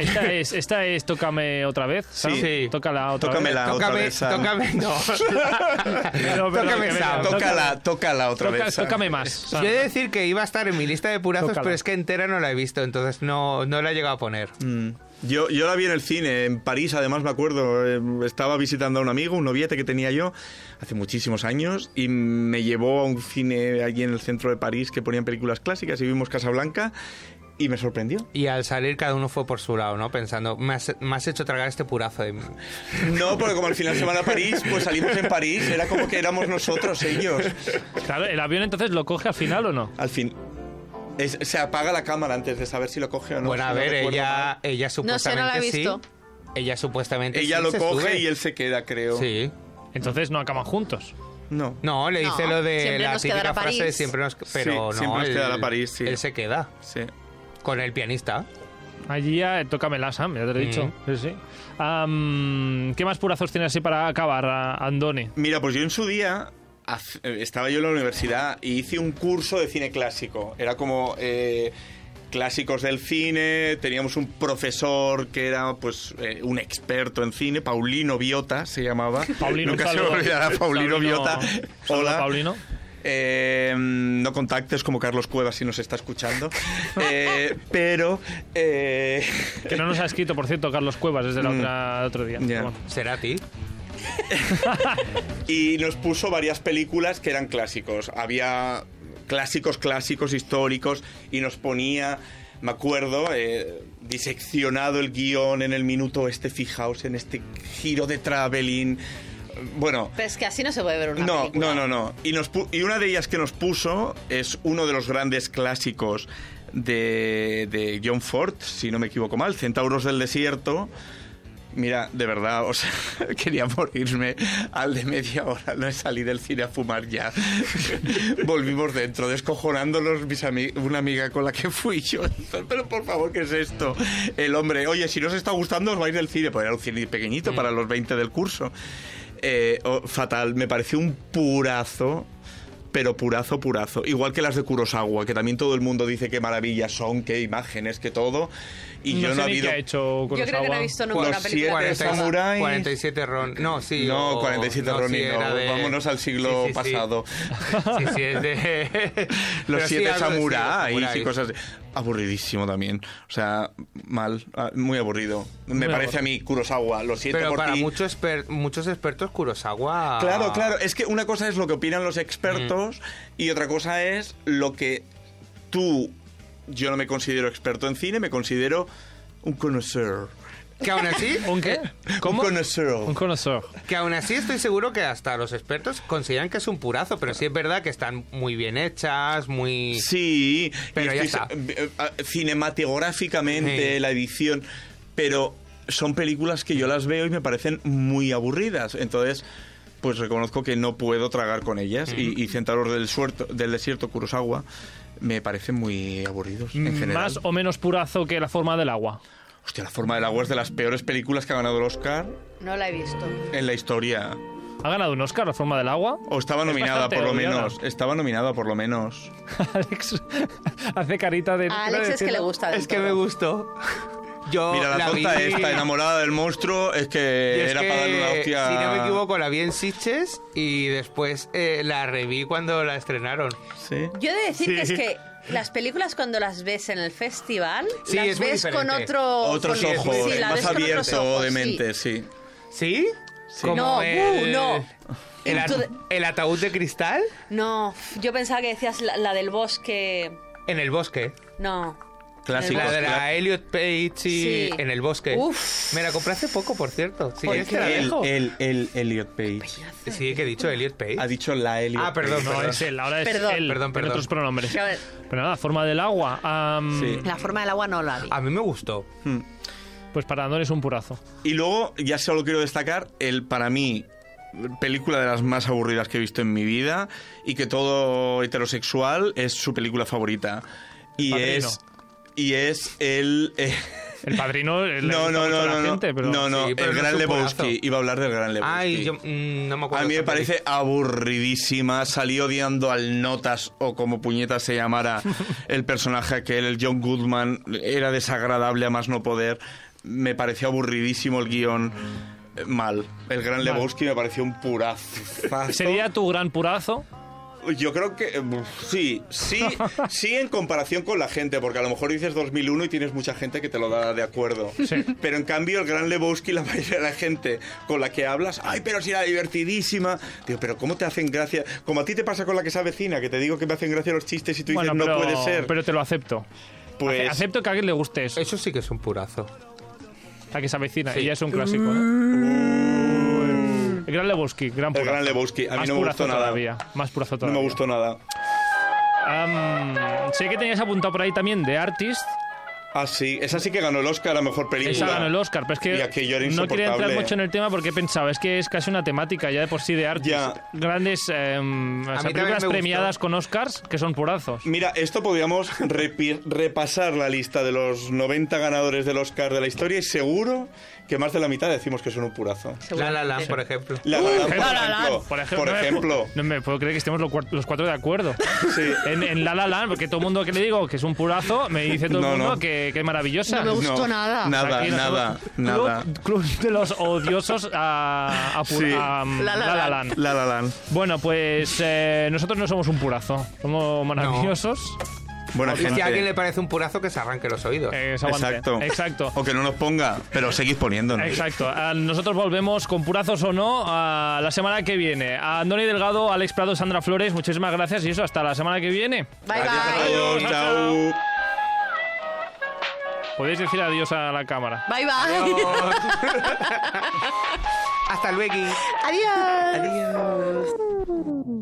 [SPEAKER 1] Esta es, esta es Tócame otra vez. ¿sabes?
[SPEAKER 4] Sí.
[SPEAKER 1] Tócala otra
[SPEAKER 2] Tócamela. La otra
[SPEAKER 4] Tócame,
[SPEAKER 2] vez, Sam.
[SPEAKER 4] tócame, no.
[SPEAKER 1] vez. No, pero-
[SPEAKER 4] Tócame
[SPEAKER 1] pero- tócala-
[SPEAKER 4] esa,
[SPEAKER 2] Tócala, tócala otra
[SPEAKER 1] toca-
[SPEAKER 2] vez. Sam.
[SPEAKER 1] tócame más.
[SPEAKER 4] Yo he de decir que iba a estar en mi lista de purazos,
[SPEAKER 1] Tócala.
[SPEAKER 4] pero es que entera no la he visto, entonces no, no la he llegado a poner.
[SPEAKER 2] Mm. Yo, yo la vi en el cine, en París, además me acuerdo, eh, estaba visitando a un amigo, un noviete que tenía yo hace muchísimos años y me llevó a un cine allí en el centro de París que ponían películas clásicas y vimos Casablanca y me sorprendió.
[SPEAKER 4] Y al salir cada uno fue por su lado, ¿no? Pensando, me has, me has hecho tragar este purazo de mí.
[SPEAKER 2] No, porque como al final se van a París, pues salimos en París, era como que éramos nosotros, ellos.
[SPEAKER 1] Claro, ¿el avión entonces lo coge al final o no?
[SPEAKER 2] Al fin, es- se apaga la cámara antes de saber si lo coge o no.
[SPEAKER 4] bueno,
[SPEAKER 2] si
[SPEAKER 4] a
[SPEAKER 2] no
[SPEAKER 4] ver,
[SPEAKER 2] recuerdo mal.
[SPEAKER 4] ella, ella supuestamente
[SPEAKER 3] la he
[SPEAKER 4] sí.
[SPEAKER 3] visto.
[SPEAKER 4] Ella supuestamente
[SPEAKER 2] Ella
[SPEAKER 4] sí
[SPEAKER 2] lo
[SPEAKER 4] se
[SPEAKER 2] coge
[SPEAKER 4] sube.
[SPEAKER 2] y él se queda, creo.
[SPEAKER 4] Sí.
[SPEAKER 1] Entonces no acaban juntos.
[SPEAKER 2] No.
[SPEAKER 4] No, le
[SPEAKER 3] No,
[SPEAKER 4] dice lo de
[SPEAKER 3] siempre
[SPEAKER 4] la
[SPEAKER 3] nos quedará
[SPEAKER 4] típica frase de
[SPEAKER 3] París.
[SPEAKER 4] siempre nos... Pero
[SPEAKER 2] Sí,
[SPEAKER 4] no,
[SPEAKER 2] siempre nos
[SPEAKER 4] él-
[SPEAKER 2] quedará París, sí.
[SPEAKER 4] Él se queda
[SPEAKER 2] Sí.
[SPEAKER 4] con el pianista.
[SPEAKER 1] Allí ya eh, tócamela, Sam, ya te lo he dicho. Sí, sí. Am, ¿Qué más purazos tienes así para acabar, a- Andoni?
[SPEAKER 2] Mira, pues yo en su día haz- eh, estaba yo en la universidad y hice un curso de cine clásico. Era como eh, clásicos del cine. Teníamos un profesor que era pues eh, un experto en cine, Paulino Biota se llamaba.
[SPEAKER 1] Paulino,
[SPEAKER 2] Nunca
[SPEAKER 1] un
[SPEAKER 2] se me
[SPEAKER 1] saludo.
[SPEAKER 2] olvidará Paulino Biota.
[SPEAKER 1] saludo,
[SPEAKER 2] Hola.
[SPEAKER 1] Paulino.
[SPEAKER 2] Eh, no contactes como Carlos Cuevas si nos está escuchando. Eh, pero eh,
[SPEAKER 1] Que no nos ha escrito, por cierto, Carlos Cuevas desde la
[SPEAKER 2] Mm.
[SPEAKER 1] otra, otro día.
[SPEAKER 2] Ya.
[SPEAKER 1] Bueno.
[SPEAKER 4] ¿Será a ti?
[SPEAKER 2] y nos puso varias películas que eran clásicos. Había clásicos, clásicos, históricos, y nos ponía, me acuerdo, eh, diseccionado el guión en el minuto este, fijaos, en este giro de traveling. Bueno,
[SPEAKER 3] Pero es que así no se puede ver una
[SPEAKER 2] no, no,
[SPEAKER 3] película.
[SPEAKER 2] no, no. Y, nos pu- y una de ellas que nos puso es uno de los grandes clásicos de, de John Ford, si no me equivoco mal, Centauros del Desierto. Mira, de verdad, o sea, quería morirme al de media hora. No salí del cine a fumar ya. Volvimos dentro, descojonándonos mis ami- una amiga con la que fui yo. Pero por favor, ¿qué es esto? El hombre, oye, si no os está gustando, os vais del cine. Pues era un cine
[SPEAKER 3] Mm.
[SPEAKER 2] pequeñito para los 20 del curso. Eh, oh, fatal, me pareció un purazo. Pero purazo, purazo. Igual que las de Kurosawa, que también todo el mundo dice qué maravillas son, qué imágenes, qué todo. Y
[SPEAKER 1] no
[SPEAKER 2] yo
[SPEAKER 1] sé
[SPEAKER 2] no ha
[SPEAKER 1] ni qué
[SPEAKER 2] habido
[SPEAKER 1] ha hecho con
[SPEAKER 3] Yo creo que no he visto nunca
[SPEAKER 2] Los
[SPEAKER 3] una película
[SPEAKER 2] siete
[SPEAKER 3] de esas.
[SPEAKER 2] samuráis. Samurai.
[SPEAKER 4] 47 Ron. No, sí.
[SPEAKER 2] No,
[SPEAKER 4] o-
[SPEAKER 2] 47
[SPEAKER 4] no, sí,
[SPEAKER 2] Ronin,
[SPEAKER 4] era
[SPEAKER 2] no.
[SPEAKER 4] de-
[SPEAKER 2] Vámonos al siglo
[SPEAKER 4] Sí, sí, sí.
[SPEAKER 2] pasado.
[SPEAKER 4] Sí, sí, es de... Pero
[SPEAKER 2] Los
[SPEAKER 4] sí,
[SPEAKER 2] siete
[SPEAKER 4] algo de- sí, los
[SPEAKER 2] samuráis
[SPEAKER 4] samuráis.
[SPEAKER 2] y cosas así. Aburridísimo también. O sea, mal, ah, muy aburrido. Me
[SPEAKER 1] Muy
[SPEAKER 2] parece a mí Kurosawa, lo siento
[SPEAKER 4] Pero
[SPEAKER 2] por
[SPEAKER 4] para
[SPEAKER 2] ti.
[SPEAKER 4] muchos, exper- muchos expertos, Kurosawa...
[SPEAKER 2] Claro, claro. Es que una cosa es lo que opinan los
[SPEAKER 4] Mm.
[SPEAKER 2] expertos y otra cosa es lo que tú. Yo no me considero experto en cine, me considero un connoisseur.
[SPEAKER 4] Que aún así... eh,
[SPEAKER 1] ¿Un qué?
[SPEAKER 2] Un connoisseur.
[SPEAKER 1] Un conocedor.
[SPEAKER 4] Que aún así estoy seguro que hasta los expertos consideran que es un purazo, pero sí es verdad que están muy bien hechas, muy...
[SPEAKER 2] Sí,
[SPEAKER 4] Pero
[SPEAKER 2] y
[SPEAKER 4] ya
[SPEAKER 2] estoy- eh, eh, Cinematográficamente,
[SPEAKER 4] Sí.
[SPEAKER 2] la edición. Pero son películas que yo las veo y me parecen muy aburridas. Entonces, pues reconozco que no puedo tragar con ellas.
[SPEAKER 4] Mm.
[SPEAKER 2] Y, y Centauros del, Suerto- del Desierto, Kurosawa, me parecen muy aburridos en general.
[SPEAKER 1] Más o menos purazo que la forma del agua.
[SPEAKER 2] Hostia, La Forma del Agua es de las peores películas que ha ganado el Oscar
[SPEAKER 3] No la he visto.
[SPEAKER 2] en la historia.
[SPEAKER 1] ¿Ha ganado un Oscar la forma del agua?
[SPEAKER 2] O estaba
[SPEAKER 1] Es
[SPEAKER 2] nominada,
[SPEAKER 1] bastante
[SPEAKER 2] por lo
[SPEAKER 1] odiada.
[SPEAKER 2] menos. Estaba nominada, por lo menos.
[SPEAKER 1] Alex hace carita de...
[SPEAKER 3] A Alex es que le gusta. del
[SPEAKER 4] Es que
[SPEAKER 3] todo.
[SPEAKER 4] me gustó. Yo
[SPEAKER 2] Mira, la,
[SPEAKER 4] vi-
[SPEAKER 2] tonta esta, enamorada del monstruo, es
[SPEAKER 4] Y
[SPEAKER 2] que
[SPEAKER 4] es
[SPEAKER 2] era
[SPEAKER 4] que,
[SPEAKER 2] para darle una hostia.
[SPEAKER 4] Si no me equivoco, la vi en Sitges y después eh, la reví cuando la estrenaron.
[SPEAKER 2] Sí.
[SPEAKER 3] Yo he de decir
[SPEAKER 1] Sí.
[SPEAKER 3] que es que las películas cuando las ves en el festival,
[SPEAKER 4] Sí, es
[SPEAKER 3] las
[SPEAKER 4] muy
[SPEAKER 3] ves con
[SPEAKER 4] diferente.
[SPEAKER 3] otro...
[SPEAKER 2] Otros
[SPEAKER 3] con-
[SPEAKER 2] ojos,
[SPEAKER 3] sí, la
[SPEAKER 2] más
[SPEAKER 3] ves con otros
[SPEAKER 2] abierto
[SPEAKER 3] ojos,
[SPEAKER 2] de
[SPEAKER 3] sí.
[SPEAKER 2] mente, sí.
[SPEAKER 4] ¿Sí? Como
[SPEAKER 3] No,
[SPEAKER 4] el-
[SPEAKER 3] uh, no.
[SPEAKER 4] El,
[SPEAKER 3] Into the-
[SPEAKER 4] a- el ataúd de cristal
[SPEAKER 3] No, yo pensaba que decías la, la del bosque...
[SPEAKER 4] en el bosque.
[SPEAKER 3] No.
[SPEAKER 2] Clásicos.
[SPEAKER 4] La de
[SPEAKER 2] clá-
[SPEAKER 4] la Elliot Page y
[SPEAKER 3] Sí.
[SPEAKER 4] en el bosque.
[SPEAKER 3] Uf.
[SPEAKER 4] Me la compré hace poco, por cierto. Sí,
[SPEAKER 3] ¿Por
[SPEAKER 4] es
[SPEAKER 3] qué?
[SPEAKER 4] que la
[SPEAKER 2] el,
[SPEAKER 4] dejo.
[SPEAKER 2] el, el Elliot Page.
[SPEAKER 4] Sí, que he dicho Elliot Page.
[SPEAKER 2] Ha dicho la Elliot
[SPEAKER 4] Ah, perdón,
[SPEAKER 1] No,
[SPEAKER 4] perdón.
[SPEAKER 1] es él, ahora es
[SPEAKER 3] Perdón.
[SPEAKER 1] él.
[SPEAKER 4] Perdón,
[SPEAKER 1] en
[SPEAKER 4] perdón.
[SPEAKER 1] otros pronombres.
[SPEAKER 3] Claro.
[SPEAKER 1] Pero nada, forma del agua. am,
[SPEAKER 2] Sí.
[SPEAKER 3] La forma del agua no la vi.
[SPEAKER 4] A mí me gustó.
[SPEAKER 1] Pues para Andón es un purazo.
[SPEAKER 2] Y luego, ya solo quiero destacar, el para mí, película de las más aburridas que he visto en mi vida y que todo heterosexual es su película favorita. Y
[SPEAKER 1] Padrino.
[SPEAKER 2] es. Y es el. eh,
[SPEAKER 1] El padrino le
[SPEAKER 2] no,
[SPEAKER 1] gusta
[SPEAKER 2] no,
[SPEAKER 1] mucho
[SPEAKER 2] no,
[SPEAKER 1] a la
[SPEAKER 2] no, no.
[SPEAKER 1] gente, pero
[SPEAKER 2] no, no,
[SPEAKER 4] Sí, pero
[SPEAKER 2] el
[SPEAKER 4] no es
[SPEAKER 2] Gran
[SPEAKER 4] un
[SPEAKER 2] Lebowski.
[SPEAKER 4] pedazo.
[SPEAKER 2] Iba a hablar del Gran Lebowski.
[SPEAKER 4] Ay, yo mm, no me acuerdo.
[SPEAKER 2] A mí me
[SPEAKER 4] esa peli.
[SPEAKER 2] parece aburridísima. Salí odiando al Notas o como puñeta se llamara el personaje aquel, el John Goodman. Era desagradable a más no poder. Me pareció aburridísimo el guión.
[SPEAKER 4] Mm.
[SPEAKER 2] Eh, Mal. El gran Lebowski me pareció un purazo.
[SPEAKER 1] Sería tu gran purazo.
[SPEAKER 2] Yo creo que eh, sí, sí, sí en comparación con la gente, porque a lo mejor dices 2001 y tienes mucha gente que te lo da de acuerdo.
[SPEAKER 1] Sí.
[SPEAKER 2] Pero en cambio el gran Lebowski, la mayoría de la gente con la que hablas, ay, pero si era divertidísima. Digo, pero ¿cómo te hacen gracia? Como a ti te pasa con la que es vecina, que te digo que me hacen gracia los chistes y tú dices,
[SPEAKER 1] bueno, pero,
[SPEAKER 2] no puede ser.
[SPEAKER 1] pero te lo acepto.
[SPEAKER 2] pues
[SPEAKER 1] Ace- Acepto que a alguien le guste eso,
[SPEAKER 4] Eso sí que es un purazo.
[SPEAKER 1] a que se avecina.
[SPEAKER 4] Sí.
[SPEAKER 1] Y ya es un clásico. ¿eh? El gran Lebowski, gran
[SPEAKER 2] Mm. el
[SPEAKER 1] purazo.
[SPEAKER 2] gran Lebowski, a mí
[SPEAKER 1] Más
[SPEAKER 2] no me
[SPEAKER 1] purazo
[SPEAKER 2] gustó nada.
[SPEAKER 1] Todavía. Más purazo
[SPEAKER 2] No
[SPEAKER 1] todavía.
[SPEAKER 2] me gustó nada.
[SPEAKER 1] Am, sé que tenías apuntado por ahí también The Artist.
[SPEAKER 2] Ah, sí, esa sí que ganó el Oscar a mejor película.
[SPEAKER 1] Esa ganó el Oscar, pero es
[SPEAKER 2] Y aquello era
[SPEAKER 1] que no quería entrar
[SPEAKER 2] insoportable.
[SPEAKER 1] mucho en el tema porque pensaba, es que es casi una temática ya de por sí de Artist.
[SPEAKER 2] Ya.
[SPEAKER 1] Grandes em, o sea,
[SPEAKER 4] también
[SPEAKER 1] películas
[SPEAKER 4] me
[SPEAKER 1] premiadas
[SPEAKER 4] gustó.
[SPEAKER 1] con Oscars que son purazos.
[SPEAKER 2] Mira, esto podríamos repi- repasar la lista de los 90 ganadores del Oscar de la historia y seguro que más de la mitad decimos que son un purazo.
[SPEAKER 4] La La
[SPEAKER 3] Seguramente.
[SPEAKER 4] Land, por ejemplo.
[SPEAKER 2] La La Land,
[SPEAKER 1] La La Land,
[SPEAKER 2] por ejemplo.
[SPEAKER 1] no
[SPEAKER 2] Por
[SPEAKER 1] me
[SPEAKER 2] ejemplo.
[SPEAKER 1] pu- No me puedo creer que estemos los, cuar- los cuatro de acuerdo.
[SPEAKER 2] Sí.
[SPEAKER 1] En, en La La Land, porque todo el mundo que le digo que es un purazo, me dice todo el
[SPEAKER 2] No,
[SPEAKER 1] mundo
[SPEAKER 2] no.
[SPEAKER 1] que, que es maravillosa.
[SPEAKER 3] No me gustó
[SPEAKER 2] No,
[SPEAKER 3] nada.
[SPEAKER 1] O sea,
[SPEAKER 2] Nada,
[SPEAKER 1] aquí nos
[SPEAKER 2] nada,
[SPEAKER 1] hemos-
[SPEAKER 2] nada.
[SPEAKER 1] Club, club de los odiosos a, a, pu-
[SPEAKER 2] Sí.
[SPEAKER 1] a, um,
[SPEAKER 3] La La Land.
[SPEAKER 2] La La Land.
[SPEAKER 1] Bueno, pues eh, nosotros no somos un purazo. Somos maravillosos.
[SPEAKER 2] Buena
[SPEAKER 4] Y si a alguien le
[SPEAKER 2] gente.
[SPEAKER 4] parece un purazo, que se arranque los oídos.
[SPEAKER 1] Eh, es aguante.
[SPEAKER 2] Exacto.
[SPEAKER 1] Exacto.
[SPEAKER 2] O que no nos ponga, pero seguid poniéndonos.
[SPEAKER 1] Exacto. Ah, Nosotros volvemos con purazos o no a la semana que viene. A Andoni Delgado, Alex Prado, Sandra Flores, muchísimas gracias y eso, hasta la semana que viene.
[SPEAKER 3] Bye,
[SPEAKER 2] Adiós,
[SPEAKER 3] bye.
[SPEAKER 2] adiós,
[SPEAKER 1] Chao,
[SPEAKER 2] chao.
[SPEAKER 1] Podéis decir adiós a la cámara.
[SPEAKER 3] Bye, bye.
[SPEAKER 4] Adiós. Hasta luego.
[SPEAKER 3] Adiós.
[SPEAKER 4] Adiós.